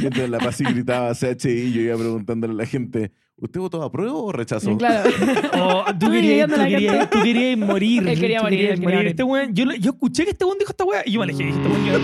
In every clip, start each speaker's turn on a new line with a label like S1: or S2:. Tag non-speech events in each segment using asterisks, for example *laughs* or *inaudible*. S1: Mientras la Pasi gritaba *laughs* CHI, yo iba preguntándole a la gente, ¿usted votó a prueba o rechazo?
S2: Claro.
S3: Oh, tú,
S2: Tú
S3: querías,
S2: hiriendo
S3: tú,
S2: a la
S3: querías, tú querías morir.
S2: Él quería
S3: tú
S2: morir,
S3: querías
S2: él quería morir.
S3: Este weón, yo, lo- yo escuché que este weón dijo esta weá y yo me alejé. dije, Este weón, yo-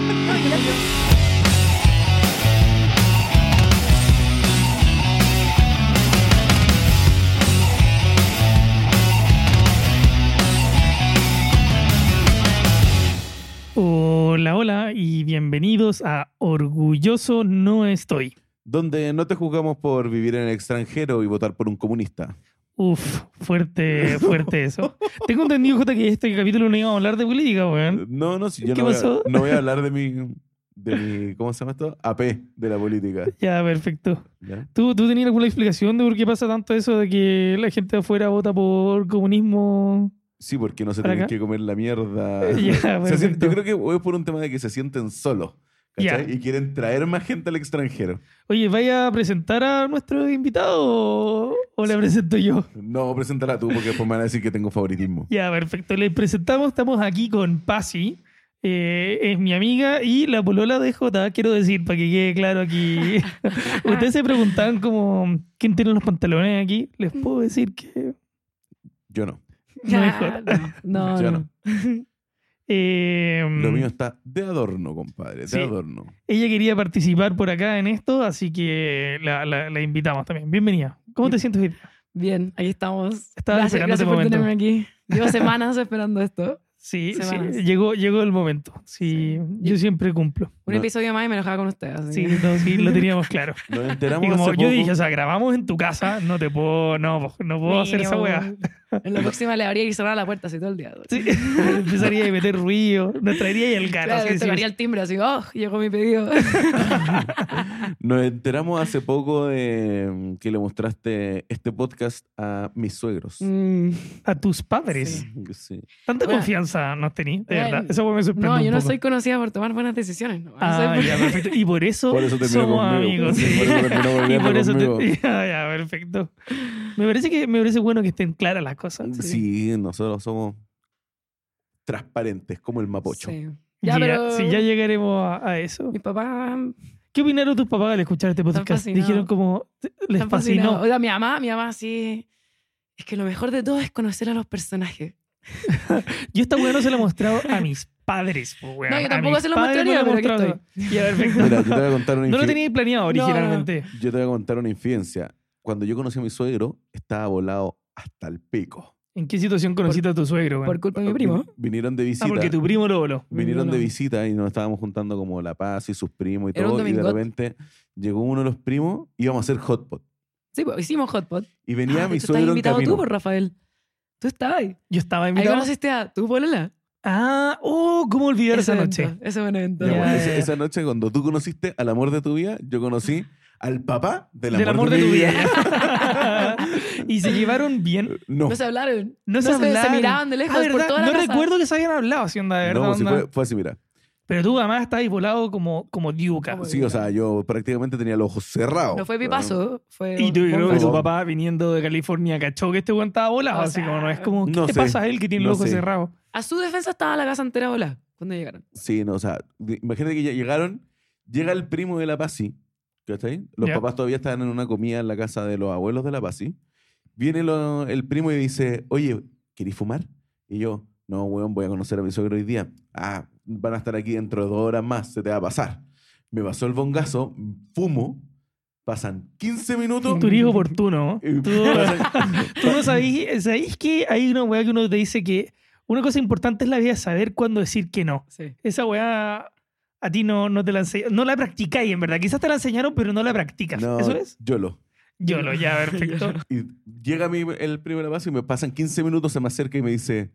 S3: Hola, hola y bienvenidos a Orgulloso No Estoy.
S1: Donde no te juzgamos por vivir en el extranjero y votar por un comunista.
S3: Uf, fuerte,
S1: *laughs*
S3: fuerte eso. Tengo entendido, Jota, que este capítulo no íbamos a hablar de política, weón.
S1: No, no, si yo
S3: ¿Eh? ¿Qué
S1: no, voy
S3: pasó?
S1: A, no voy a hablar
S3: *laughs*
S1: de mi, de mi, ¿cómo se llama esto? AP de la política.
S3: Ya, perfecto.
S1: ¿ya?
S3: ¿Tú, ¿Tú tenías alguna explicación de por qué pasa tanto eso de que la gente de afuera vota por
S1: *laughs*
S3: comunismo?
S1: Sí, porque no se
S3: ¿Para
S1: tienen
S3: acá?
S1: que comer la mierda.
S3: *laughs* Ya,
S1: Se sienten-
S3: perfecto.
S1: yo creo que es por un tema de que se sienten solos. ¿cachai?
S3: Ya.
S1: Y quieren traer más gente al extranjero.
S3: Oye, ¿vaya a presentar a nuestro invitado o, o le presento yo?
S1: No, preséntala tú porque después me van a decir que tengo favoritismo.
S3: Ya, perfecto. Le presentamos, estamos aquí con Pasi. eh, es mi amiga y la polola de Jota, quiero decir, para que quede claro aquí. Ustedes se preguntaban como, ¿quién tiene los pantalones aquí? Les puedo decir que...
S1: Yo no.
S2: *laughs*
S3: No es
S2: *laughs* Ya,
S3: Jota.
S2: no,
S1: Yo
S2: no,
S1: no.
S2: no.
S3: Eh,
S1: Lo mío está de adorno, compadre. De
S3: Sí.
S1: adorno.
S3: Ella quería participar por acá en esto, así que la, la- la invitamos también. Bienvenida. ¿Cómo te sientes hoy? día?
S2: Bien, aquí estamos.
S3: Estaba
S2: gracias
S3: esperando
S2: gracias
S3: este
S2: por
S3: momento.
S2: tenerme aquí. *laughs* Llevo semanas esperando esto.
S3: Sí,
S2: Semanas.
S3: sí, llegó, llegó el momento. Sí,
S2: Sí.
S3: yo siempre cumplo.
S2: Un
S1: No.
S2: episodio más y me enojaba con ustedes. así
S3: Sí,
S2: que-
S3: no, sí, lo teníamos claro.
S1: *laughs* Nos enteramos
S3: Y como
S1: hace
S3: yo
S1: poco-
S3: dije, o sea, grabamos en tu casa, no te puedo, no, po, no puedo hacer esa
S2: Mínimo.
S3: weá.
S2: *laughs* En la próxima le habría que cerrar la puerta así todo el día.
S3: Sí. *laughs* Empezaría a meter ruido, nos traería ahí el gato.
S2: Claro,
S3: así, sí,
S2: tocaría el timbre así, oh, llegó mi
S3: *laughs*
S2: pedido.
S1: Nos enteramos hace poco de mm, que le mostraste este podcast a mis suegros.
S2: Mm.
S3: a tus padres.
S2: Sí.
S1: Sí.
S3: Tanta
S2: Bueno.
S3: confianza nos tenías, de
S2: Bueno.
S3: verdad. Eso me sorprendió.
S2: No,
S3: un
S2: yo no
S3: poco.
S2: soy conocida por tomar buenas decisiones. No, No sé
S3: Ah,
S2: por- *laughs*
S3: ya, perfecto. Y por eso,
S1: Por eso terminó
S3: somos
S1: conmigo.
S3: amigos. sí.
S1: Por eso
S3: *laughs*
S1: terminó
S3: Y por
S1: volviendo
S3: eso te-
S1: conmigo.
S3: *laughs* ya, ya, perfecto. Me parece que me parece bueno que estén claras las cosas.
S1: Sí. nosotros somos transparentes, como el mapocho.
S2: Sí. Ya,
S3: Ya,
S2: pero
S3: sí, ya llegaremos a, a eso.
S2: mi papá
S3: ¿Qué opinaron tus papás al escuchar este podcast?
S2: fascinados.
S3: Dijeron como te- les
S2: Tan fascinado.
S3: fascinó.
S2: O sea, mi mamá, mi mamá sí. Es que lo mejor de todo es conocer a los personajes.
S3: Yo esta weá no se la he mostrado a mis padres. po, weón.
S2: No, yo
S3: A
S2: tampoco
S3: mis
S2: se lo
S3: padres
S2: mostraría,
S3: no la he
S2: pero aquí
S3: mostrado. Ya, perfecto.
S1: Mira, yo te voy a contar una
S3: *laughs* no lo
S1: infi-
S3: tenía
S2: No,
S3: planeado
S2: no, no.
S3: originalmente.
S1: Yo te voy a contar una infidencia. Cuando yo conocí a mi suegro, estaba volado hasta el pico.
S3: ¿En qué situación conociste a tu suegro? weón?
S2: Por culpa de mi primo.
S1: Vinieron de visita.
S3: ah, porque tu primo lo voló.
S1: Vinieron de
S2: Ninguno.
S1: visita y nos estábamos juntando como La Paz y sus primos y
S2: Era un
S1: todo. Y de
S2: domingot.
S1: repente llegó uno de los primos y íbamos a hacer hot pot.
S2: Sí, pues, hicimos hot pot.
S1: Y venía
S2: Ah,
S1: mi
S2: tú estás
S1: suegro en
S2: invitado
S1: camino.
S2: tú, por Rafael. Tú estabas ahí.
S3: Yo estaba
S2: Ahí
S3: invitado.
S2: conociste a tu polola.
S3: Ah, oh, cómo olvidar esa
S2: evento,
S3: noche.
S2: Ese buen evento.
S1: Ya,
S3: Ya,
S1: bueno,
S3: ya,
S1: esa-
S3: ya.
S1: Esa noche cuando tú conociste al amor de tu vida, yo conocí al papá del amor,
S3: Del amor
S1: de,
S3: de tu
S1: mi vida. *laughs*
S3: vida. y se llevaron bien.
S1: No,
S2: No se hablaron.
S3: No se hablaron.
S2: miraban de lejos
S3: Ah,
S2: por
S3: ¿verdad?
S2: toda la
S3: no
S2: casa.
S3: recuerdo que se habían hablado, así onda, de verdad.
S1: no, si
S3: onda.
S1: fue, fue así, mira.
S3: Pero tú además estabas volado como, como diuca.
S2: Como-
S1: Sí, o sea, yo prácticamente tenía los ojos cerrados.
S2: No fue pipazo. Fue
S3: Oh, Y yo creo que
S1: Bomba.
S3: tu papá viniendo de California cachó que este weón estaba volado.
S2: O
S3: así
S2: sea,
S3: como no es como, ¿qué
S1: no
S3: te
S1: sé,
S3: pasa a él que tiene
S1: no
S3: los ojos
S1: sé.
S3: cerrados?
S2: A su defensa estaba la casa entera hola cuando llegaron.
S1: Sí, no, o sea, di- imagínate que ya llegaron, llega el primo de la Pasi, ¿cachai? Los
S3: Ya.
S1: papás todavía estaban en una comida en la casa de los abuelos de la Pasi. Viene lo- el primo y dice, oye, ¿querís fumar? Y yo, no, weón, voy a conocer a mi suegro hoy día. Ah, van a estar aquí dentro de dos horas más, se te va a pasar. Me pasó el bongazo, fumo, pasan 15 minutos.
S3: Tú eres oportuno.
S1: y
S3: ¿no? *laughs* Tú,
S1: pasan-
S3: tú no sabís, sabís que hay una weá que uno te dice que una cosa importante es la vida es saber cuándo decir que no.
S2: Sí.
S3: Esa weá a ti no, no te la enseñaron. No la practicáis, en verdad. Quizás te la enseñaron, pero no la practicas.
S1: *laughs* no,
S3: ¿Eso es?
S1: Yo lo.
S3: Yo
S1: *laughs*
S3: lo, ya, perfecto.
S1: Y llega mi, el primo de la base y me pasan 15 minutos, se me acerca y me dice,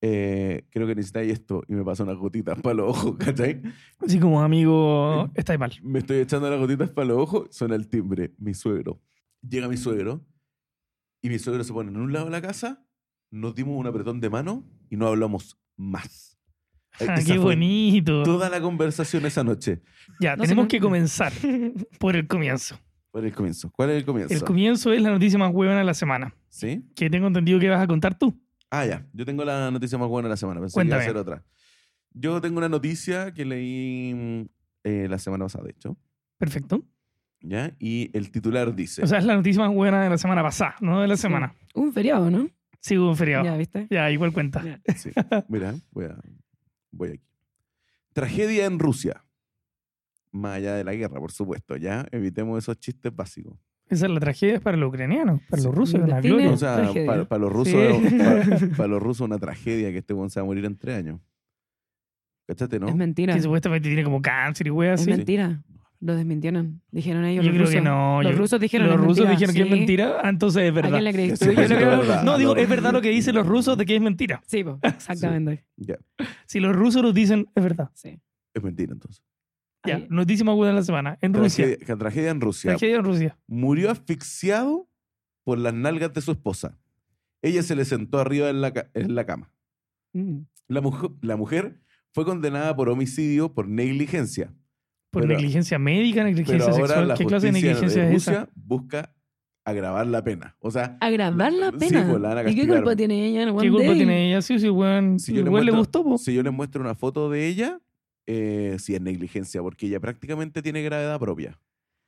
S1: eh, creo que necesitáis esto. Y me pasa unas gotitas para los ojos, *laughs* ¿cachai?
S3: Así como, amigo, estáis mal.
S1: Me estoy echando las gotitas para los ojos, suena el timbre, mi suegro. Llega mi suegro y mi suegro se pone en un lado de la casa, nos dimos un apretón de mano y no hablamos más. Eh,
S3: *laughs* Ah,
S1: esa
S3: qué
S1: fue
S3: bonito.
S1: Toda la conversación esa noche.
S3: Ya,
S2: No sé
S3: tenemos
S2: cómo-
S3: que comenzar por el comienzo.
S1: ¿Cuál es el comienzo? ¿Cuál es el comienzo?
S3: El comienzo es la noticia más huevona de la semana,
S1: ¿Sí?
S3: que tengo entendido que vas a contar tú.
S1: Ah, ya. Yo tengo la noticia más buena de la semana. Pensé
S3: Cuéntame.
S1: que iba a ser otra. Yo tengo una noticia que leí mm, eh, la semana pasada, de hecho.
S3: Perfecto.
S1: ¿Ya? Y el titular dice.
S3: O sea, es la noticia más buena de la semana pasada, no de la
S2: Sí.
S3: semana.
S2: Hubo Un feriado, ¿no?
S3: Sí, hubo un feriado.
S2: Ya,
S3: Ya,
S2: ¿viste?
S3: igual cuenta.
S2: Ya.
S1: sí, mira, voy, a- voy aquí. Tragedia en Rusia. Más allá de la guerra, por supuesto, ¿ya? Evitemos esos chistes básicos.
S3: Esa es la tragedia para los ucranianos, para
S1: Sí.
S3: los rusos, es una
S2: Martínez.
S3: gloria.
S1: O sea,
S2: Tragedia.
S1: para, para los rusos,
S3: Sí.
S1: para, para los rusos una tragedia que este weón se va a morir en tres años. ¿Cachate, no?
S2: Es mentira.
S3: Que supuestamente tiene como cáncer y weas
S2: Es
S3: así.
S2: mentira. Lo desmintieron. Dijeron ellos.
S3: Yo
S2: los
S3: creo
S2: rusos.
S3: que no.
S2: Los
S3: yo-
S2: rusos dijeron
S3: los
S2: es
S3: rusos
S2: mentira.
S3: dijeron que es
S2: Sí.
S3: mentira, ah, entonces es
S2: ¿A
S3: verdad.
S2: quién le creíste?
S1: Sí,
S2: Yo
S1: es
S2: creo que
S1: verdad.
S2: los rusos.
S3: No, digo,
S1: No,
S3: es
S1: no.
S3: verdad lo que dicen los rusos de que es mentira.
S2: *laughs* Sí, po, exactamente.
S1: Ya,
S3: Si los rusos nos dicen, es verdad.
S2: Sí.
S1: es mentira entonces.
S3: Ya,
S2: Ahí.
S3: noticia más buena de la semana. En Rusia.
S1: Tragedia, tragedia en Rusia.
S3: Tragedia en Rusia.
S1: Murió asfixiado por las nalgas de su esposa. Ella se le sentó arriba en la, ca- en la cama.
S2: Mm.
S1: La mujer, la mujer fue condenada por homicidio por negligencia.
S3: Por
S1: Pero-
S3: negligencia médica,
S1: Pero
S3: negligencia
S1: ahora
S3: sexual.
S1: la
S3: ¿Qué clase de
S1: justicia
S3: negligencia
S1: de
S3: es
S1: Rusia
S3: esa?
S1: busca agravar la pena. O sea,
S2: Agravar la
S1: Sí,
S2: pena.
S1: pues, la van a
S2: ¿Y qué
S1: castigar.
S2: culpa tiene ella?
S3: ¿Qué culpa tiene ella? Sí, sí, weón.
S1: Si yo le
S3: Ah, Igual le
S1: muestro-
S3: gustó, po.
S1: si yo les muestro una foto de ella, eh, sí es negligencia, porque ella prácticamente tiene gravedad propia.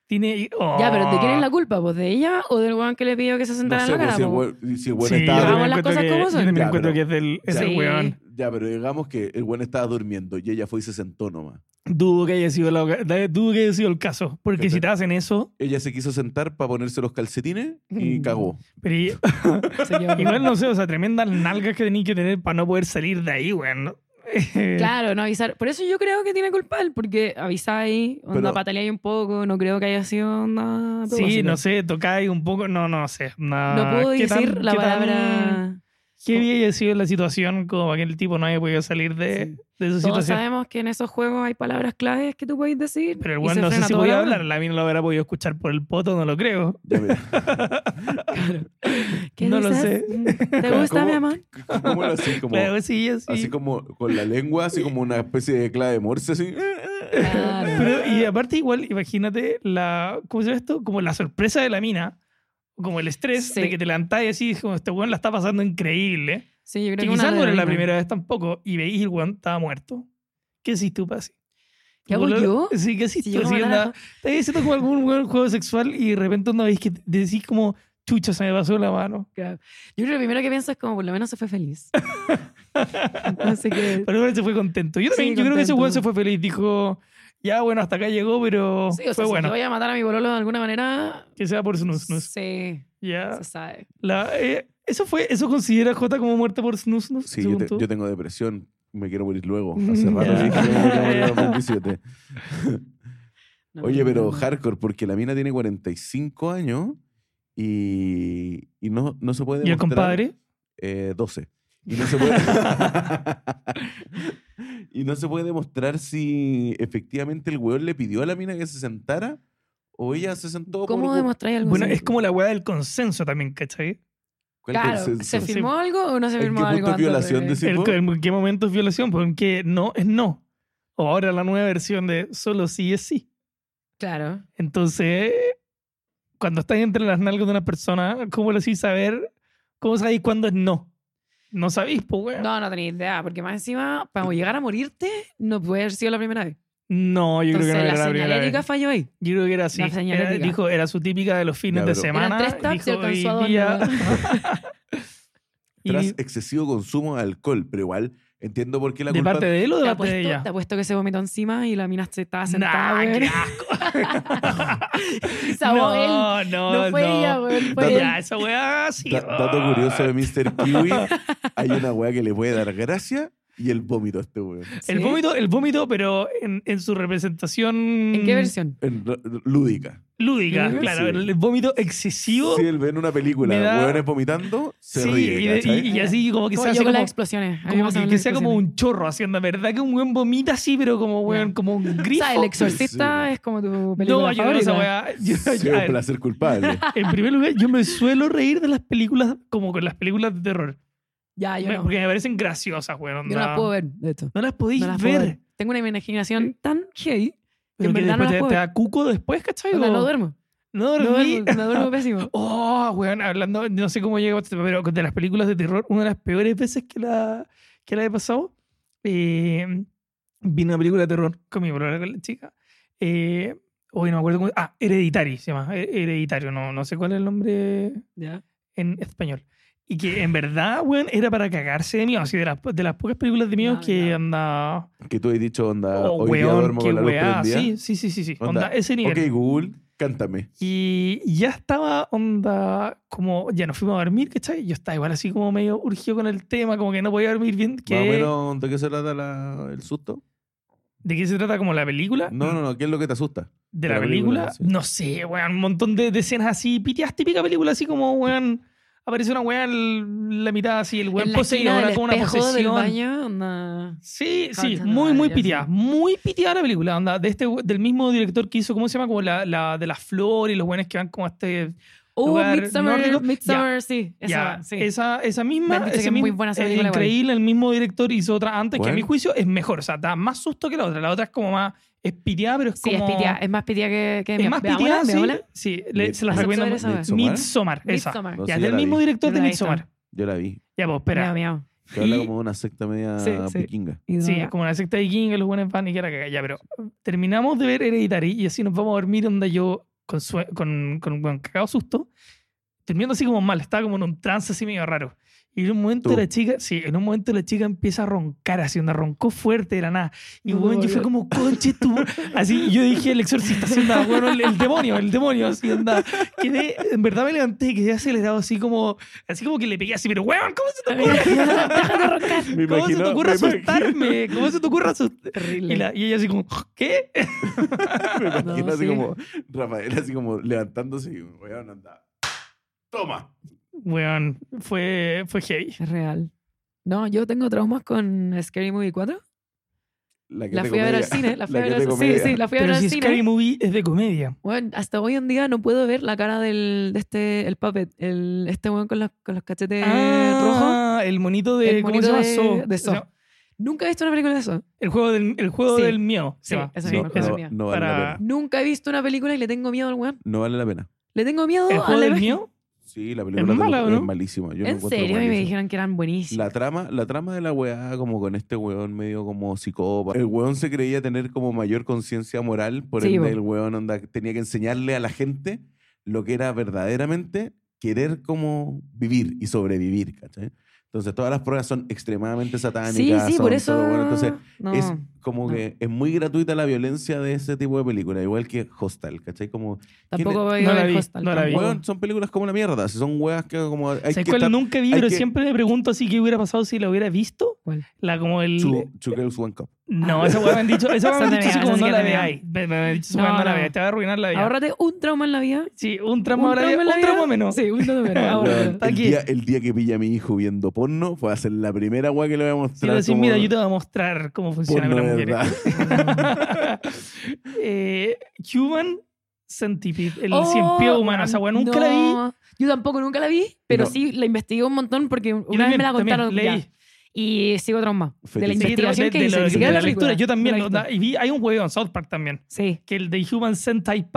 S3: Tiene. oh.
S2: Ya, pero ¿de quién es la culpa? ¿Pues de ella o del weón que le pidió que se
S1: Ah. No
S2: sentara
S1: sé,
S2: en la
S1: pues,
S2: cara?
S1: si el
S2: po?
S1: buen, si el buen
S3: Sí, yo
S1: estaba
S2: Hagamos
S3: también
S2: las
S3: encuentro
S2: cosas
S3: que-
S2: como
S3: yo
S2: son.
S3: también
S1: Ya,
S3: encuentro
S1: pero-
S3: que es del, es
S1: Ya.
S3: del
S2: Sí.
S3: weón.
S1: Ya, pero digamos que el buen estaba durmiendo y ella fue y se sentó nomás.
S3: Dudo que haya sido, la, dudo que haya sido el caso. Porque si te hacen eso,
S1: Ella se quiso sentar para ponerse los calcetines y
S3: *laughs*
S2: Mm.
S1: cagó. *laughs*
S3: pero y-
S2: Se llevó-
S3: *laughs* igual no sé, o sea, tremendas nalgas que tenéis que tener para no poder salir de ahí, *laughs* weón.
S2: Claro, no avisar. Por eso yo creo que tiene culpa él, porque avisáis, onda
S1: Pero-
S2: pataleáis un poco, no creo que haya sido onda. a
S3: Sí,
S2: propósito.
S3: no sé, tocáis un poco, no, no sé. No,
S2: No puedo
S3: ¿Qué tan-
S2: decir la
S3: qué tan-
S2: palabra.
S3: ¿Qué había sido la situación como para que el tipo no haya podido salir de,
S2: Sí.
S3: de esa
S2: Todos
S3: situación?
S2: sabemos que en esos juegos hay palabras claves que tú podéis decir.
S3: Pero el
S2: y
S3: weón
S2: se
S3: no sé
S2: frena
S3: si
S2: toda
S3: podía
S2: la
S3: hablar,
S2: weá.
S3: la mina lo habrá podido escuchar por el poto, no lo creo.
S1: Ya, mira.
S2: Claro. ¿Qué
S3: No lo
S2: dices? *laughs* ¿Te gusta,
S1: ¿Cómo?
S2: mi amor?
S1: ¿Cómo era así? *laughs* Como,
S3: Claro, sí, sí.
S1: Así como con la lengua, así como una especie de clave de morse, así. eh,
S2: Claro.
S3: *laughs* Pero, y aparte, igual, imagínate la. ¿Cómo se llama esto? Como la sorpresa de la mina, como el estrés
S2: Sí.
S3: de que te levantás y decís, como este weón la está pasando increíble.
S2: Sí, yo creo
S3: Que
S2: que una
S3: quizás no era la
S2: adrenalina.
S3: primera vez tampoco, y veís el weón estaba muerto. ¿Qué hiciste tú, Pasi?
S2: ¿Qué hago
S3: Boludo,
S2: yo?
S3: Sí, ¿qué hiciste?
S2: Si yo
S3: Así,
S2: me
S3: onda,
S2: matara-
S3: Estás haciendo como algún weón juego sexual y de repente una vez que te- decís como, chucha, se me pasó la mano.
S2: Claro. Yo creo que lo primero que pienso es como por lo menos se fue
S3: *laughs*
S2: feliz. Así que.
S3: Pero el weón se fue contento. Yo también,
S2: Sí,
S3: yo creo que ese
S2: contento.
S3: weón se fue feliz. Dijo, ya bueno, hasta acá llegó, pero
S2: Sí, o sea,
S3: fue
S2: si
S3: bueno.
S2: yo voy a matar a mi bololo de alguna manera.
S3: Que sea por snus, snus.
S2: Sí,
S3: Ya.
S2: se sabe.
S3: La- eh, eso fue, eso considera Jota como muerte por snus, snus.
S1: Sí, yo,
S3: según
S1: te-
S3: tú?
S1: yo tengo depresión, me quiero morir
S3: *laughs*
S1: luego. Hace rato
S3: Ya.
S1: dije que me quería
S3: *laughs*
S1: morir a los 27.
S2: No,
S1: Oye,
S2: no,
S1: pero
S2: no.
S1: hardcore, porque la mina tiene 45 años y, y no, no se puede.
S3: ¿Y
S1: demostrar-
S3: el compadre?
S1: eh, 12. Y no se
S3: *laughs*
S1: puede. *laughs* y no se puede demostrar si efectivamente el weón le pidió a la mina que se sentara o ella se sentó.
S2: ¿Cómo
S1: por...
S2: demostráis algo
S3: Bueno,
S2: así?
S3: es como la weá del consenso también, ¿cachai?
S1: ¿Cuál
S2: Claro,
S1: consenso?
S2: ¿se firmó algo o no se
S1: ¿En qué
S2: firmó
S1: punto
S2: algo?
S1: es
S2: antes
S1: violación de- Sí,
S3: El-
S1: po.
S3: ¿En qué momento es violación? Porque no es no. O ahora la nueva versión de solo sí es sí.
S2: Claro.
S3: Entonces, cuando estás entre las nalgas de una persona, ¿cómo lo hacís saber? ¿Cómo sabéis cuándo es no? No sabéis, pues, weón. No,
S2: No, no tenéis idea, porque más encima, para llegar a morirte, no puede haber sido la primera vez.
S3: yo
S2: Entonces,
S3: creo que no
S2: la
S3: era la primera
S2: señalética
S3: vez.
S2: falló ahí.
S3: Yo creo que era así.
S2: La
S3: Era-
S2: señalética.
S3: dijo, era su típica de los fines
S1: Ya,
S3: de
S1: pero-
S3: semana.
S2: Eran tres taps y
S3: dijo,
S2: alcanzó a
S3: hoy
S2: dos
S3: día- *laughs*
S2: nomás.
S3: y
S1: Tras excesivo consumo de alcohol, pero igual entiendo por qué la
S3: ¿De
S1: culpa.
S3: parte de él o de
S2: Te
S3: parte de
S2: apuesto,
S3: ella?
S2: te apuesto que se vomitó encima y la mina se estaba sentada,
S3: Nah,
S2: güey.
S3: qué asco.
S2: *laughs* Y se ahogó él.
S3: no, no,
S2: No fue ella, güey. Fue
S1: Dato-
S2: él.
S3: Ya, esa weá sí. ah.
S1: Da- dato curioso de
S3: *laughs*
S1: Mr. Kiwi, hay una weá que le puede dar gracia y el vómito a este weón.
S2: Sí.
S3: El vómito, el vómito, pero en, en su representación.
S2: ¿En
S3: mm,
S2: qué versión?
S1: En- lúdica.
S3: Lúdica,
S2: Lúdica,
S3: claro.
S1: sí.
S3: El vómito excesivo.
S1: Si él ve en una película,
S3: Me da-
S1: weones vomitando, se
S3: sí,
S1: ríe.
S3: y, de-
S1: ¿cachai? *laughs*
S3: y- y así como que
S2: Como
S3: sea
S2: yo
S3: así
S2: con las
S3: como,
S2: explosiones. A mí me
S3: como
S2: pasa
S3: que,
S2: con
S3: que
S2: las
S3: sea como
S2: explosiones.
S3: un chorro, así onda, ¿verdad? Que un buen vomita así, pero como weón,
S2: Ya. *laughs*
S3: como un
S2: O
S3: grifo.
S2: sea, El Exorcista es como tu película
S3: no, yo creo que esa
S2: favorita.
S3: weá. yo- *laughs*
S1: Sí,
S3: a
S1: un
S3: ver,
S1: placer culpable.
S3: en primer lugar, yo me suelo reír de las películas, como con las películas de terror.
S2: Ya, Ah, yo
S3: Me-
S2: no.
S3: Porque me parecen graciosas, weón.
S2: Yo no
S3: onda.
S2: las puedo ver, de hecho.
S3: No las podéis
S2: No las puedo
S3: ver.
S2: ver. Tengo una imaginación tan heavy que
S3: Pero
S2: en
S3: que
S2: verdad no
S3: después
S2: las
S3: te,
S2: puedo
S3: te
S2: ver.
S3: da cuco después, ¿cachai?
S2: Onda,
S3: Como,
S2: No duermo.
S3: no
S2: No
S3: dormí.
S2: duermo, no duermo
S3: *laughs*
S2: pésimo.
S3: Oh, weón, hablando, no sé cómo llegó, este tema, pero de las películas de terror, una de las peores veces que la, que la he pasado, eh, vi una película de terror con mi problema con la chica. Eh, Hoy no me acuerdo cómo. Ah, Hereditary se llama. Her- Hereditario, no, no sé cuál es el nombre
S2: ¿Ya?
S3: en español. Y que en verdad, weón, era para cagarse de miedo. Así de las, de las pocas películas de miedo
S2: Ya,
S3: que
S2: ya.
S3: anda.
S1: Que tú has dicho, onda, Ah,
S3: Oh,
S1: hoy día
S3: weón,
S1: duermo
S3: qué
S1: con la luz
S3: weá.
S1: prendida.
S3: Sí, sí, sí, sí. sí. Onda,
S1: Onda,
S3: ese nivel.
S1: Ok, Google, cántame.
S3: Y ya estaba onda, como ya nos fuimos a dormir, ¿cachai? Yo estaba igual así como medio urgido con el tema, como que no podía dormir bien.
S1: Más o
S3: Que,
S1: menos, ¿de qué se trata la- el susto?
S3: ¿De qué se trata como la
S2: Ah.
S3: película?
S1: No, no, no, ¿qué es lo que te asusta?
S3: de la, película, no sé, weón, un montón de, de escenas así, pitias, típica película, así como, weón, aparece una weá en la mitad así, el weón
S2: en la
S3: poseído,
S2: esquina
S3: ahora
S2: del
S3: con una
S2: espejo del
S3: posesión.
S2: baño, onda,
S3: Sí, sí,
S2: Cachando
S3: muy, muy
S2: ya,
S3: pitiada,
S2: sí.
S3: muy pitiada la película, onda, de este, we- del mismo director que hizo, ¿cómo se llama? Como la, la de las flores y los weones que van como a este
S2: Oh,
S3: Lugar
S2: Midsommar,
S3: nórdico.
S2: Midsommar, sí. Esa,
S3: ya,
S2: sí.
S3: esa, esa
S2: Me
S3: misma.
S2: han dicho
S3: esa
S2: que es muy
S3: misma-
S2: buena esa
S3: es
S2: película igual.
S3: increíble, el mismo director hizo otra antes que a mi
S1: Bueno.
S3: juicio es mejor. O sea, da más susto que la otra. La otra es como más. Es piteada, pero es
S2: Sí,
S3: como.
S2: es pitiá, es más pitiá que, que
S3: Es más piteada, sí. Sí, le- se las
S2: Midsommar.
S3: recomiendo.
S2: Midsommar, esa
S1: weá.
S3: Midsommar, esa.
S2: Midsommar.
S1: No
S3: Ya,
S1: sé,
S3: del
S1: la
S3: mismo
S1: vi.
S3: director
S2: Yo
S3: de
S2: la he visto.
S3: Midsommar.
S1: Yo la vi.
S3: Ya, pues, espera.
S2: Miau, miau.
S1: Que habla
S3: Y-
S1: como de una secta media
S2: Sí, sí. *laughs*
S1: vikinga.
S3: Sí, es como una secta vikinga, los buenos van y que la caga. Ya, pero terminamos de ver Hereditary y así nos vamos a dormir onda yo con, sue- con, con, con cagado susto, durmiendo así como mal, estaba como en un trance así medio raro. Y en un momento
S1: Tú.
S3: la chica, sí, en un momento la chica empieza a roncar así, onda roncó fuerte de la nada. Y
S2: No te
S3: bueno,
S2: puedo
S3: yo fui
S2: creer.
S3: como, conche tú. Así, y yo dije, el exorcista, así onda, bueno, el, el demonio, el demonio, así onda. Quedé, en verdad me levanté y quedé acelerado así como, así como que le pegué así, pero weón, ¿cómo se te ocurre?
S1: Me
S3: ¿Cómo se
S1: imagino-
S3: te ocurre
S1: me imagino-
S3: asustarme? ¿Cómo se te ocurre asustarme?
S2: Terrible.
S3: Y, la- y ella así como, ¿qué?
S1: *laughs* Me imagino
S2: No,
S1: así
S2: sí.
S1: como Rafael, así como levantándose y weón, anda. Toma.
S3: Weón, fue, fue heavy.
S2: Es real. No, yo tengo traumas con Scary Movie 4.
S1: *laughs* La, que
S2: La
S1: te
S2: fui a ver al
S1: comedia.
S2: cine. La fui a
S1: que te
S2: ver al Sí,
S1: comedia.
S2: sí, la fui a ver
S3: Pero
S2: al
S3: si Scary
S2: cine.
S3: Movie es de comedia.
S2: Bueno, hasta hoy en día no puedo ver la cara del de este, el puppet, el, este weón con los, con los cachetes rojos.
S3: ah, el monito de,
S2: el
S3: ¿cómo se
S2: monito
S3: llama?
S2: de-
S3: Saw.
S2: de Saw.
S3: Se llama-
S2: Nunca he visto una película de eso.
S3: El juego del, el juego
S2: Sí.
S3: del miedo. se
S2: Sí,
S3: llama.
S2: esa
S1: No,
S2: misma, esa
S1: no,
S2: mía.
S1: no vale
S3: Para-
S1: la pena.
S2: Nunca he visto una película y le tengo miedo al weón.
S1: No vale la pena.
S2: Le tengo miedo
S3: ¿El
S2: a
S3: juego
S2: la
S3: del
S2: imagen.
S3: miedo?
S1: Sí, la película
S3: Es
S1: es,
S3: mala, ¿o no?
S1: malísima. Yo la
S2: En
S1: encuentro
S2: serio, y me
S1: malísima.
S2: dijeron que eran buenísimas.
S1: La trama, la trama de la weá, como con este weón medio como psicópata. El weón se creía tener como mayor conciencia moral, por
S2: Sí,
S1: ende
S2: po.
S1: el weón onda, tenía que enseñarle a la gente lo que era verdaderamente querer como vivir y sobrevivir, ¿cachai? Entonces todas las pruebas son extremadamente
S2: Sí,
S1: satánicas.
S2: sí,
S1: son
S2: por eso.
S1: todo bueno, entonces
S2: no.
S1: es como
S2: no.
S1: que es muy gratuita la violencia de ese tipo de película, igual que Hostel, ¿cachai? Como,
S2: Tampoco voy
S3: No
S2: a
S3: la
S2: ver
S3: vi,
S2: Hostal,
S3: no la vi.
S2: tampoco.
S1: weón, son películas como la mierda, si son weas que como... Hay
S3: ¿Sabes
S1: que
S3: cuál
S1: estar-
S3: nunca vi?
S1: hay
S3: Pero
S1: que-
S3: siempre me pregunto así qué hubiera pasado si la hubiera visto.
S2: ¿Cuál?
S3: La como el...
S1: Two- Two Girls, One Cup.
S3: No, esa weá me han dicho, esa weá me han
S2: Esa
S3: dicho así
S2: también,
S3: como
S2: esa
S3: no
S2: sí
S3: la
S2: que también.
S3: veáis. Me me han dicho esa
S2: No,
S3: weá no la
S2: no.
S3: veáis, te va a arruinar la vida.
S2: Ahórrate un trauma en la vida.
S3: Sí, un tramo ahora,
S2: en la
S3: un
S2: vida.
S3: tramo menos.
S2: Sí, un trauma menos.
S3: Weón,
S2: ahórratelo.
S1: Weón,
S3: ¿pa'
S1: el,
S3: qué?
S1: día, el día que pilla a mi hijo viendo porno fue a ser la primera weá que le voy a
S3: Sí, pues,
S1: mostrar.
S3: voy a decir,
S1: como
S3: mira, yo te voy a mostrar cómo funciona con
S1: porno
S3: las
S1: de
S3: mujeres.
S1: verdad.
S3: *laughs* eh, Human Centipede, el
S2: Oh,
S3: cien pie humano. Esa weá nunca la vi.
S2: no. Yo tampoco nunca la vi, pero
S1: No.
S2: sí la investigué un montón porque una
S3: Yo
S2: vez me la
S3: también- también
S2: contaron ya.
S3: leí.
S2: y sigo trauma de la
S1: Fetiche.
S2: investigación
S3: de,
S2: que
S3: de
S2: hice,
S3: lo-
S2: ni
S3: de
S2: siquiera
S3: la
S2: la película,
S3: lectura. Yo también.
S2: de la
S3: onda,
S2: lectura.
S3: y vi, hay un huevo en South Park también,
S2: Sí.
S3: que el de Human Centipede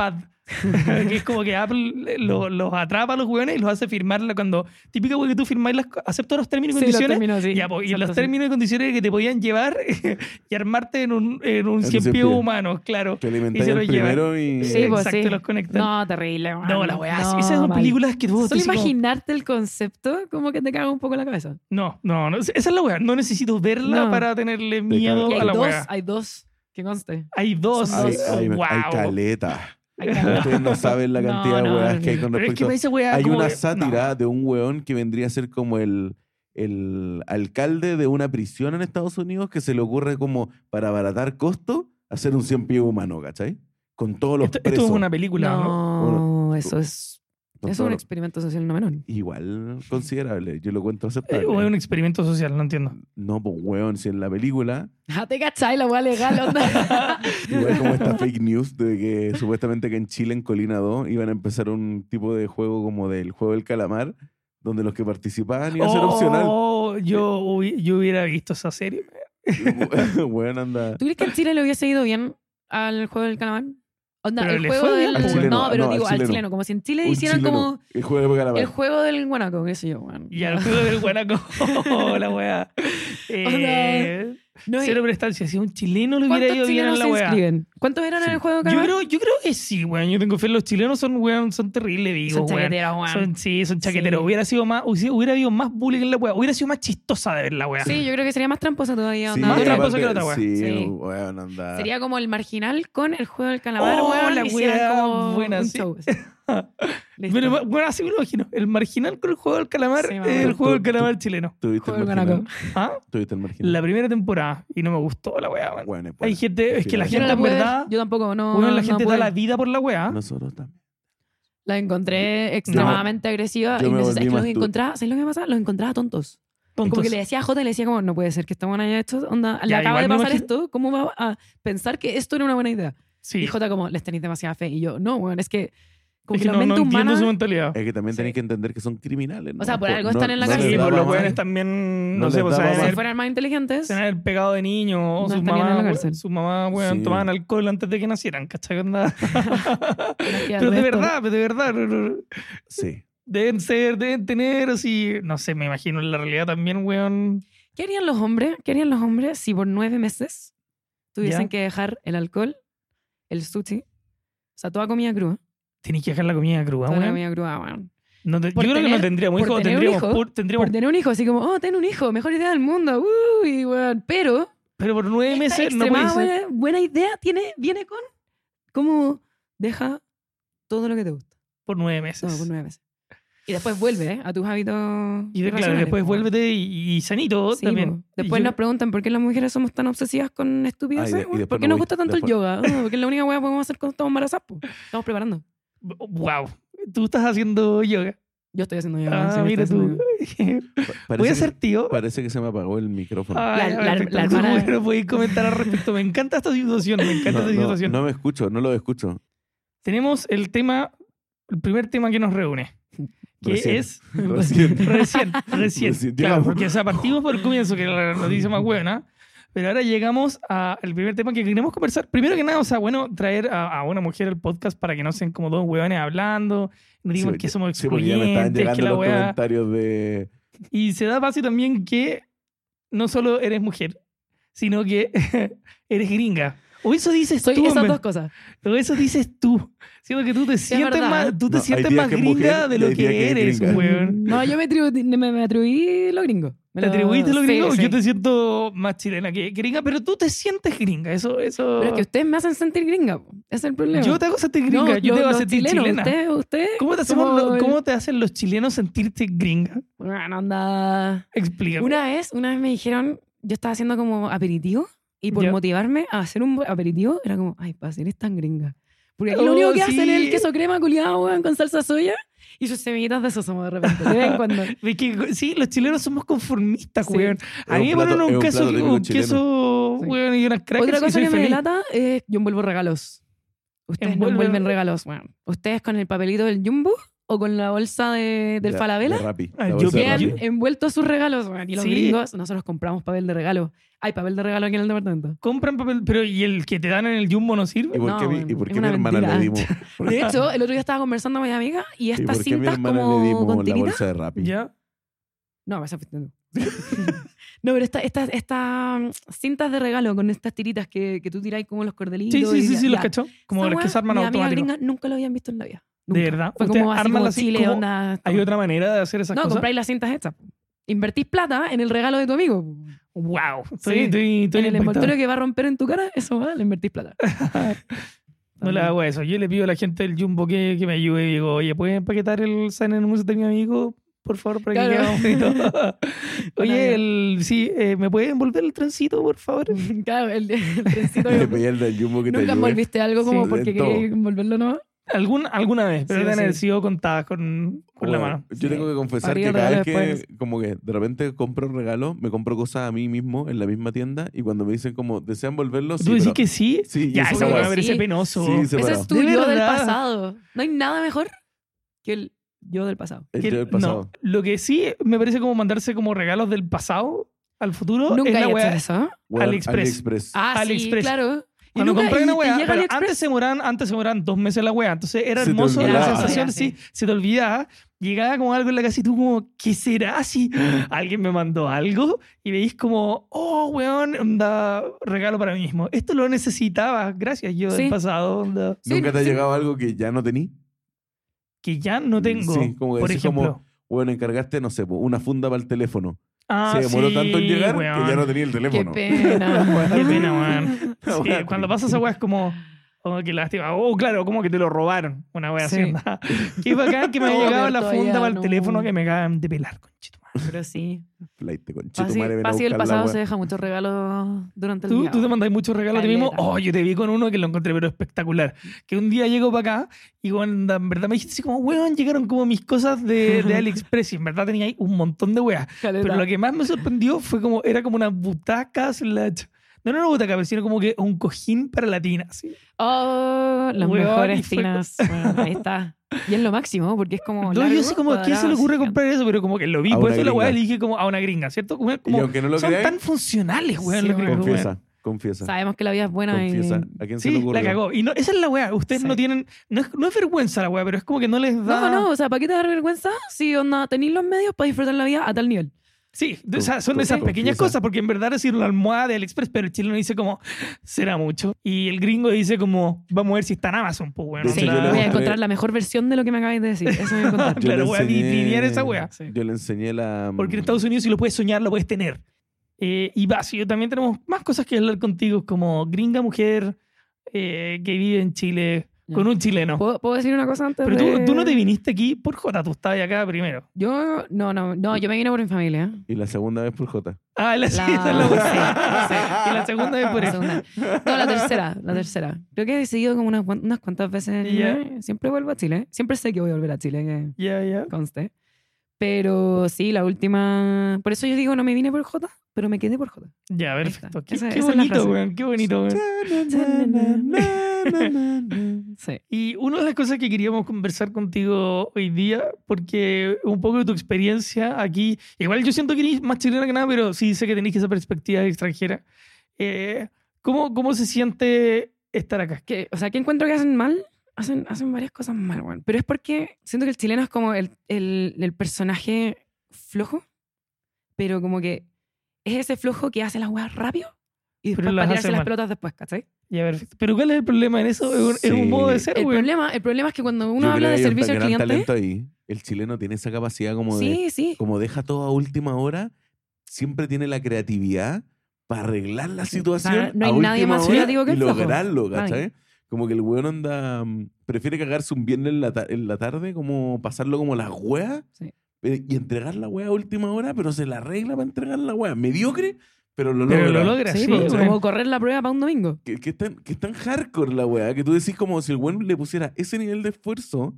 S3: *laughs* Pad. que es como que Apple eh, lo- los atrapa a los hueones y los hace firmarla cuando... Típica hueá que tú firmáis, las, co- acepto los términos y
S2: Sí, los
S3: condiciones.
S2: términos, sí.
S3: Ya, po, y
S2: Exacto,
S3: los
S2: sí.
S3: términos y condiciones que te podían llevar *laughs* y armarte en un, en un
S1: un
S3: cien pies
S1: ciempié.
S3: humano, claro.
S1: Te
S3: Y
S1: alimentáis
S3: se lo
S1: el primero y...
S2: Sí, pues,
S3: Exacto, los conectan.
S2: No, terrible. man.
S3: No, la weá.
S2: No,
S3: esas son
S2: mal.
S3: películas que tú
S2: Solo
S3: decís como,
S2: imaginarte el concepto como que te caga un poco la cabeza.
S3: No, no, no. Esa es la weá. No necesito verla
S2: No.
S3: para tenerle
S1: cago.
S3: miedo
S2: Y
S1: Toda
S3: a
S2: hay
S3: la
S2: dos,
S3: weá.
S2: hay dos, que
S3: *laughs*
S2: conste.
S3: Hay dos.
S2: Son
S1: Hay,
S2: dos.
S1: hay- hay
S3: wow.
S1: caleta.
S2: Hay caleta.
S1: Ustedes no saben
S3: *laughs*
S1: la
S2: No,
S1: cantidad de
S2: no,
S1: weas
S2: no,
S1: que hay
S2: no.
S1: con
S3: Pero es que
S1: respecto.
S3: para esa weá
S1: hay
S3: como
S1: una
S3: que-
S1: sátira de un weón que vendría a ser como el, el alcalde de una prisión en Estados Unidos que se le ocurre como para abaratar costo hacer un 100 pie humano, ¿cachai? Con todos
S3: no.
S1: los
S3: Esto, esto
S1: presos.
S3: es una película. ¿no?
S2: No, eso es,
S1: con
S2: eso es
S1: todos
S2: un
S1: los-
S2: experimento social no menor.
S1: Igual considerable, yo lo cuento
S3: Eh,
S1: aceptable.
S3: O es un experimento social, no entiendo.
S1: No, pues weón, si en la película,
S2: Ah, te cachai, la weá legal, onda.
S1: *laughs* igual como
S2: *laughs*
S1: esta fake news de que supuestamente que en Chile, en Colina 2, iban a empezar un tipo de juego como del juego del calamar, donde los que participaban iban a ser opcional.
S3: Oh, yo, hubi- yo hubiera visto esa serie.
S1: *laughs*
S2: Oh.
S1: weón, anda.
S2: ¿Tú crees que en Chile le hubiese ido bien al juego del calamar? Onda,
S3: Pero
S2: el
S3: le
S2: juego
S3: fue bien,
S2: del...
S3: Al chileno,
S2: no, pero
S1: no, al
S2: digo, al
S1: chileno.
S2: chileno. Como si en Chile
S1: Un
S2: hicieran
S1: chileno,
S2: como
S1: El juego del calamar.
S2: el juego del
S3: *laughs*
S2: guanaco, qué sé yo, weón. *laughs*
S3: Y al juego del guanaco. la weá. "Oh, Eh,
S2: No,
S3: Cero prestancia. Si un chileno le hubiera
S2: ¿Cuántos
S3: ido bien a
S2: chilenos
S3: la
S2: se
S3: weá.
S2: inscriben? ¿Cuántos eran en
S1: Sí.
S2: el juego,
S3: Yo
S2: Carmen?
S3: creo, yo creo que sí, weón. Yo tengo fe. Los chilenos son, weón, son terribles, digo,
S2: Son
S3: weón.
S2: chaqueteros, weón.
S3: Son- sí, son chaqueteros.
S2: Sí.
S3: Hubiera sido más, hubiera, hubiera habido más bullying en la weá. Hubiera sido más chistosa de ver la weá.
S2: Sí, yo creo que sería más tramposa todavía. onda.
S3: Más
S1: y
S3: tramposa
S1: aparte-
S3: que la otra, weón.
S1: Sí,
S2: Sí.
S1: weón, anda.
S2: Sería como el marginal con el juego del calamar,
S3: Oh,
S2: weón,
S3: la
S2: y hicieran
S3: weá
S2: como
S3: buena,
S2: un
S3: sí.
S2: show. Listo.
S3: *laughs* Pero, bueno, así me lo imagino. El marginal con el juego del calamar,
S2: Sí, más o
S3: eh, el
S1: menos.
S3: juego del
S1: Tú- tú-
S3: calamar chileno.
S1: Tuviste
S2: Juego
S1: el
S2: del
S1: marginal.
S2: Guanaco.
S3: ¿Ah?
S1: Tuviste el marginal.
S3: La primera temporada. Y no me gustó la weá, weón.
S1: Bueno, es
S3: Hay
S1: buena.
S3: gente, es que la
S1: Yo
S2: Yo
S3: gente,
S2: no la
S3: en
S2: pude ver,
S3: verdad,
S2: Yo tampoco, no.
S3: weón, la
S2: no
S3: gente da
S2: pude.
S3: la vida por la weá.
S1: Nosotros también.
S2: La encontré extremadamente agresiva.
S1: Yo me
S2: innecesaria.
S1: volví
S2: Es que los
S1: más tú.
S2: encontraba, ¿sabes lo que me pasa? Los encontraba tontos. Como que le decía a Jota y le decía como, no puede ser que esta buena haya hecho, onda, le
S3: Ya,
S2: acaba
S3: igual
S2: de
S3: me
S2: pasar
S3: imagino-
S2: esto, ¿cómo va a pensar que esto era una buena idea?
S3: Sí.
S2: Y Jota como, les tenéis demasiada fe. Y yo, no, weón, es que como
S3: Es
S2: que,
S3: que
S2: la
S3: no, no
S2: mente
S3: entiendo
S2: humana...
S3: su mentalidad.
S1: Es que también
S2: Sí.
S1: tenéis que entender que son criminales. ¿no?
S2: sea, por algo
S1: no-
S2: están en la
S1: no les
S2: cárcel.
S3: Sí,
S1: da
S3: por
S1: para
S3: los
S1: más.
S3: weones también, no,
S1: No
S3: sé,
S1: les
S3: pues,
S1: da
S3: saben
S1: para
S2: si
S1: más.
S3: haber,
S2: fueran más inteligentes,
S3: saben haber pegado de niño, o
S2: No
S3: sus
S2: estarían en la
S3: mamás,
S2: cárcel.
S3: su mamá, weón,
S1: Sí.
S3: tomaban alcohol antes de que nacieran, ¿cachai? Onda.
S2: *laughs* queda
S3: pero de
S2: resto.
S3: verdad, pero de verdad,
S1: Sí.
S3: deben ser, deben tener así, no sé, me imagino en la realidad también, weón.
S2: ¿Qué harían los hombres? ¿Qué harían los hombres si por nueve meses tuviesen
S3: Ya.
S2: que dejar el alcohol, el sushi, o sea, toda comida cruda?
S3: Tenés que dejar la comida cruda,
S2: Toda la
S3: Ah, weón.
S2: comida cruda, weón.
S3: No te- yo
S2: Por
S3: creo que no
S2: tener-
S3: tendríamos
S2: por
S3: hijos,
S2: tener un
S3: tendríamos,
S2: hijo,
S3: pu- tendríamos
S2: Por tener un hijo, así como, oh, ten un hijo, mejor idea del mundo, uy, weón. Pero
S3: pero por nueve
S2: esta
S3: meses no
S2: extremada
S3: puede ser.
S2: buena, buena idea tiene, viene con cómo deja todo lo que te gusta,
S3: Por nueve
S2: todo
S3: meses.
S2: por nueve meses. Y después vuelve ¿eh? a tus hábitos.
S3: Y de- claro,
S2: irracionales,
S3: después
S2: po.
S3: vuélvete y, y sanito
S2: Sí,
S3: también.
S2: po. Después
S3: Y yo-
S2: nos preguntan por qué las mujeres somos tan obsesivas con estupideces.
S1: Ah, y de- y
S2: weón.
S1: después
S2: ¿Por qué
S1: no
S2: nos
S1: voy-
S2: gusta tanto
S1: después-
S2: el yoga? Ah, Porque es la única hueá que podemos hacer cuando estamos embarazadas. po. Estamos preparando.
S3: Wow, tú estás haciendo yoga.
S2: Yo estoy haciendo yoga.
S3: Ah,
S2: sí, me
S3: mira
S2: estoy
S3: tú. *laughs*
S2: haciendo yoga.
S1: Pa-
S3: Voy
S1: parece
S3: a
S1: que-
S3: ser tío.
S1: Parece que se me apagó el micrófono.
S3: Ay,
S2: La- la-
S3: perfecto.
S2: la
S3: Tú,
S2: hermana-
S3: bueno, podéis comentar al respecto. Me encanta esta situación. Me encanta
S1: No,
S3: esta
S1: no,
S3: situación.
S1: no me escucho, no lo escucho.
S3: Tenemos el tema, el primer tema que nos reúne, que
S1: Recién. *laughs*
S3: es
S1: Recién.
S3: Pues, *laughs* recién, recién.
S1: Recién
S3: claro,
S1: llegamos.
S3: porque o sea, partimos por el comienzo, que era la noticia más buena. Pero ahora llegamos al primer tema que queremos conversar. Primero que nada, o sea, bueno, traer a, a una mujer al podcast para que no sean como dos hueones hablando, no digan
S1: Sí,
S3: que somos
S1: Sí, porque ya me estaban
S3: excluyentes, que
S1: llegando
S3: la
S1: los
S3: hueá...
S1: comentarios de.
S3: Y se da base también que no solo eres mujer, sino que *laughs* eres gringa. O eso dices
S2: Soy
S3: tú.
S2: esas
S3: hombre.
S2: dos cosas.
S3: O eso dices tú. Siento que tú te sientes
S2: verdad.
S3: más, tú
S1: No,
S3: te
S1: hay
S3: sientes
S1: días
S3: más
S1: que es
S3: gringa
S1: mujer
S3: de
S1: y
S3: lo
S1: hay días
S3: que
S1: que es
S3: eres,
S1: gringa.
S3: weón.
S2: No, yo me atribuí, me, me atribuí lo gringo. Me
S3: ¿Te atribuiste lo
S2: sí,
S3: gringo?
S2: sí.
S3: Yo te siento más chilena que gringa, pero tú te sientes gringa. Eso, eso.
S2: Pero es que ustedes me hacen sentir gringa. po. Ese es el problema.
S3: yo te hago sentir
S2: No,
S3: gringa, yo
S2: los-
S3: te hago
S2: los
S3: sentir
S2: chilenos,
S3: chilena.
S2: Ustedes, ustedes.
S3: ¿Cómo, te hacemos
S2: como
S3: lo-
S2: el-
S3: ¿Cómo te hacen los chilenos sentirte gringa?
S2: Bueno, anda.
S3: Explícame.
S2: Una vez, una vez me dijeron, yo estaba haciendo como aperitivo y por
S3: Ya.
S2: motivarme a hacer un aperitivo era como, ay, para hacer tan gringa. Porque aquí
S3: Oh,
S2: lo único que
S3: sí.
S2: hacen es el queso crema culiado, weón, con salsa soya y sus semillitas de sósamo de repente, de vez en cuando.
S3: Es que, sí, los chilenos somos conformistas,
S2: Sí.
S3: weón. A
S1: Es
S3: mí me
S1: un plato-
S3: ponen
S1: es
S3: un
S1: un
S3: queso,
S1: plato típico
S3: un
S1: chileno.
S3: queso,
S2: Sí.
S3: weón, y unas crackers
S2: Otra
S3: y
S2: cosa
S3: soy
S2: que me
S3: feliz.
S2: delata es, yo envuelvo regalos. Ustedes no
S3: Envuelve-
S2: envuelven regalos, weón. Ustedes con el papelito del jumbo o con la bolsa de- del
S1: de-
S2: falabella.
S1: de Rappi,
S3: Ah,
S1: la
S3: yo
S1: bolsa de
S3: bien.
S2: Tienen
S1: Rappi.
S2: envueltos sus regalos, weón. Y los
S3: Sí.
S2: gringos, nosotros compramos papel de regalo. Hay papel de regalo aquí en el departamento.
S3: Compran papel, pero ¿y el que te dan en el jumbo no
S1: ¿Y
S3: sirve?
S1: por
S2: No,
S1: qué, mi- y
S2: bueno,
S1: por
S2: es
S1: qué mi
S2: una
S1: hermana le
S2: mentira
S1: dimos?
S3: *laughs*
S1: ¿Por
S2: De hecho, el otro día estaba conversando con mi amiga
S1: *laughs*
S2: y
S1: y
S2: estas
S1: por qué mi
S2: cintas
S1: hermana le
S2: como
S1: dimos
S2: con
S1: la
S2: tiritas
S1: bolsa de Rappi? *laughs*
S3: ¿Ya?
S2: No, esa fuiste tú. *laughs* no, pero estas estas estas mm, cintas de regalo con estas tiritas que, que tú tiráis como los cordelitos.
S3: Sí, sí,
S2: y
S3: sí,
S2: la-
S3: sí, los
S2: ya.
S3: cachó. Como
S2: Esa
S3: los que
S2: weá,
S3: se arman
S2: mi amiga
S3: automáticos.
S2: gringa nunca lo habían visto en la vida.
S3: De
S2: Nunca.
S3: verdad.
S2: Fue
S3: Ustedes
S2: como así,
S3: arman
S2: como
S3: las-
S2: Chile,
S3: ¿cómo?
S2: onda.
S3: Hay otra manera de hacer esas
S2: No,
S3: cosas.
S2: compráis las cintas hechas. Invertís plata en el regalo de tu amigo.
S3: Wow. Estoy,
S2: Sí.
S3: estoy, estoy
S2: en el
S3: impactado.
S2: envoltorio que va a romper en tu cara, eso va, le invertís
S3: *laughs*
S2: plata.
S3: No le hago eso. Yo le pido a la gente del jumbo que, que me ayude y digo, oye, ¿pueden empaquetar el sign en música de mi amigo? Por favor, para que
S2: Claro.
S3: quede
S2: *laughs*
S3: más *laughs* bonito.
S2: Maravilla.
S3: oye, el, sí, eh, ¿me pueden envolver el trencito, por favor?
S2: claro, el,
S3: *laughs*
S2: el trencito.
S1: Le pedí al del Jumbo que te
S2: Nunca
S1: ayude.
S2: envolviste algo como
S1: Sí.
S2: porque
S1: En todo.
S2: querías envolverlo, ¿no?
S3: Algún, alguna vez, pero
S2: Sí,
S3: deben haber
S2: sí.
S3: sido contadas con, con la
S1: Bueno,
S3: mano.
S1: Yo tengo que confesar
S2: Arriba
S1: que cada vez
S2: regalo
S1: que,
S2: después.
S1: como que de repente compro un regalo, me compro cosas a mí mismo en la misma tienda y cuando me dicen como, ¿desean volverlo? Sí,
S3: ¿Tú decís
S1: pero-
S3: que sí?
S1: Sí,
S3: Ya,
S1: yo
S3: esa
S1: soy-
S3: weá
S2: sí.
S3: me parece penoso.
S1: Sí, se
S2: Ese
S1: paró.
S2: es tu
S3: De
S2: yo del
S3: verdad.
S2: pasado. No hay nada mejor que el yo del pasado.
S1: El
S3: Que-
S1: yo del pasado.
S3: No, lo que sí me parece como mandarse como regalos del pasado al futuro.
S2: Nunca
S3: es
S2: he
S3: la
S2: hecho
S3: weá-
S2: eso.
S1: Bueno,
S3: AliExpress.
S1: AliExpress.
S2: Ah, sí,
S3: AliExpress.
S2: claro. Y
S3: Cuando
S2: nunca-
S3: compré
S2: y-
S3: una
S2: y
S3: weá,
S2: llega
S3: pero
S2: AliExpress.
S3: antes se moraban, antes se moraban dos meses la weá. Entonces era
S1: Se te
S3: hermoso la
S1: olvidaba.
S3: sensación,
S2: Sí.
S3: sí, se te olvidaba. Llegaba como algo en la casa y tú como, ¿qué será si alguien me mandó algo? Y veis como, oh, weón, onda, regalo para mí mismo. Esto lo necesitaba, gracias yo
S2: Sí.
S3: del pasado, onda,
S2: Sí,
S1: ¿Nunca te ha
S2: sí.
S1: llegado algo que ya no tení?
S3: que ya no tengo,
S1: Sí, como que
S3: por
S1: decís
S3: ejemplo.
S1: como, Bueno, encargaste, no sé, po, una funda para el teléfono.
S3: Ah,
S1: se demoró tanto en
S3: sí,
S1: llegar que ya
S3: weón.
S1: no tenía el
S2: Qué
S1: teléfono. *laughs*
S3: *laughs*
S2: pena.
S3: Qué pena,
S1: Una
S3: weón. *laughs* Sí,
S1: weá triste.
S3: cuando pasa esa weá es como, oh, qué lástima. Oh, claro, como que te lo robaron. Una weá
S2: Sí.
S3: así. onda. Qué
S2: *laughs*
S3: bacán que me
S2: No,
S3: haya llegado
S2: pero
S3: la
S2: todavía
S3: funda para el
S2: no.
S3: teléfono que me acaban de pelar, conchito.
S2: Pero sí.
S1: Flaite, conchito,
S2: Así,
S1: madre, ven a
S2: así el
S1: buscar la
S2: pasado
S1: weá.
S2: se deja muchos regalos durante el
S3: ¿Tú,
S2: día.
S3: tú te mandas muchos regalos a ti mismo.
S2: Caleta.
S3: Oh, yo te vi con uno que lo encontré, pero espectacular. Que un día llego para acá y cuando en verdad me dijiste así como, weón, llegaron como mis cosas de,
S2: *laughs*
S3: de AliExpress. Y en verdad tenía ahí un montón de weas.
S2: Caleta.
S3: Pero lo que más me sorprendió fue como, era como una butaca slash. No era una butaca, pero sino como que un cojín para latinas. ¿sí?
S2: Oh, las
S3: Weón, y
S2: mejores
S3: fue
S2: finas. Bueno, ahí está. Y es lo máximo, porque es como.
S3: *laughs* No, yo
S2: largo,
S3: sé como, ¿a ¿quién se
S2: cuadrado,
S3: le ocurre
S2: así,
S3: comprar eso? Pero como que lo vi,
S1: A
S3: por
S1: una
S3: eso la weá
S1: gringa.
S3: le dije como a una gringa, ¿cierto? Como,
S1: Y
S3: como
S1: aunque no lo
S3: son
S1: creáis,
S3: tan funcionales, weón,
S2: Sí, weón.
S3: los gringos, weón.
S1: confiesa, confiesa,
S2: Sabemos que la vida es buena
S1: confiesa.
S2: y.
S1: ¿A quién se le
S3: Sí,
S1: ocurre?
S3: la cagó. Y no, esa es la weá. Ustedes
S2: Sí.
S3: no tienen. No es, no es vergüenza la weá, pero es como que no les da.
S2: No, no, o sea, ¿para qué te dar vergüenza si onda, tenéis los medios para disfrutar la vida a tal nivel?
S3: Sí, o sea, son
S1: Con-
S3: de esas
S1: confiesa.
S3: pequeñas cosas, porque en verdad es ir una almohada de AliExpress, pero el chileno dice como, será mucho. Y el gringo dice como, vamos a ver si está en Amazon, pues weón.
S1: De hecho,
S2: Sí,
S1: yo le
S2: voy a
S1: mostré-
S2: encontrar la mejor versión de lo que me acabáis de decir. Eso
S3: *laughs*
S2: voy a encontrar.
S1: Yo le
S3: Claro, weá, di-
S1: enseñé-
S3: di- di- esa weá.
S2: Sí.
S1: Yo le enseñé la. mm,
S3: Porque en Estados Unidos si lo puedes soñar, lo puedes tener. Eh, y Basi, yo también tenemos más cosas que hablar contigo, como gringa mujer eh, que vive en Chile
S2: Ya.
S3: con un chileno.
S2: ¿Puedo, puedo decir una cosa antes?
S3: Pero tú,
S2: de-
S3: tú no te viniste aquí por Jota, tú estabas acá primero.
S2: Yo, no, no, no, yo me vine por mi familia.
S1: Y la segunda vez por J.
S3: Ah, la, *laughs* sí,
S2: La-
S3: esa es la
S2: sí,
S3: Y la segunda vez por
S2: La
S3: eso.
S2: Ah. segunda. No, la tercera, la tercera. Creo que he decidido como unas, cuan- unas cuantas veces.
S3: Ya.
S2: eh, Siempre vuelvo a Chile. Siempre sé que voy a volver a Chile, que
S3: Ya, ya.
S2: conste. Pero sí, la última. Por eso yo digo, no me vine por J, pero me quedé por J.
S3: Ya,
S2: Ahí
S3: perfecto.
S2: está.
S3: Qué,
S2: Esa-
S3: qué
S2: esa es la
S3: bonito,
S2: frase.
S3: weón. Qué bonito, weón.
S2: Sí.
S3: Y una de las cosas que queríamos conversar contigo hoy día, porque un poco de tu experiencia aquí, igual yo siento que eres más chilena que nada, pero sí sé que tenéis esa perspectiva extranjera. Eh, ¿cómo, ¿Cómo se siente estar acá?
S2: Que, o sea, que encuentro que hacen mal? Hacen, hacen varias cosas mal, weón. Pero es porque siento que el chileno es como el, el, el personaje flojo, pero como que es ese flojo que hace las weas rápido y
S3: Pero
S2: después
S3: las
S2: para
S3: hace
S2: tirarse las
S3: mal.
S2: pelotas después, ¿cachai?
S3: Ya, perfecto. Pero ¿cuál es el problema en eso? Es un, es un modo de
S1: Sí.
S3: ser,
S2: El
S3: güey.
S2: problema, el problema es que cuando
S1: Yo
S2: uno habla
S1: creo
S2: de
S1: que hay un
S2: servicio al
S1: gran
S2: cliente.
S1: talento ahí. El chileno tiene esa capacidad como de.
S2: Sí, sí.
S1: Como deja todo a última hora, siempre tiene la creatividad para arreglar la situación.
S2: no hay
S1: a
S2: nadie
S1: última
S2: más
S1: hora
S2: creativo que
S1: y
S2: el flojo.
S1: lograrlo,
S2: Nadie.
S1: ¿cachai? Como que el weón anda. mm, Prefiere cagarse un viernes en la, ta- en la tarde, como pasarlo como la wea
S2: Sí.
S1: eh, y entregar la wea a última hora, pero se la arregla para entregar la wea. Mediocre, pero lo
S3: Pero
S1: logra.
S3: lo logra,
S2: Sí,
S3: sí, pues,
S2: po,
S3: güey.
S2: como correr la prueba para un domingo.
S1: Que, que es tan, que es tan hardcore la wea que tú decís como si el weón le pusiera ese nivel de esfuerzo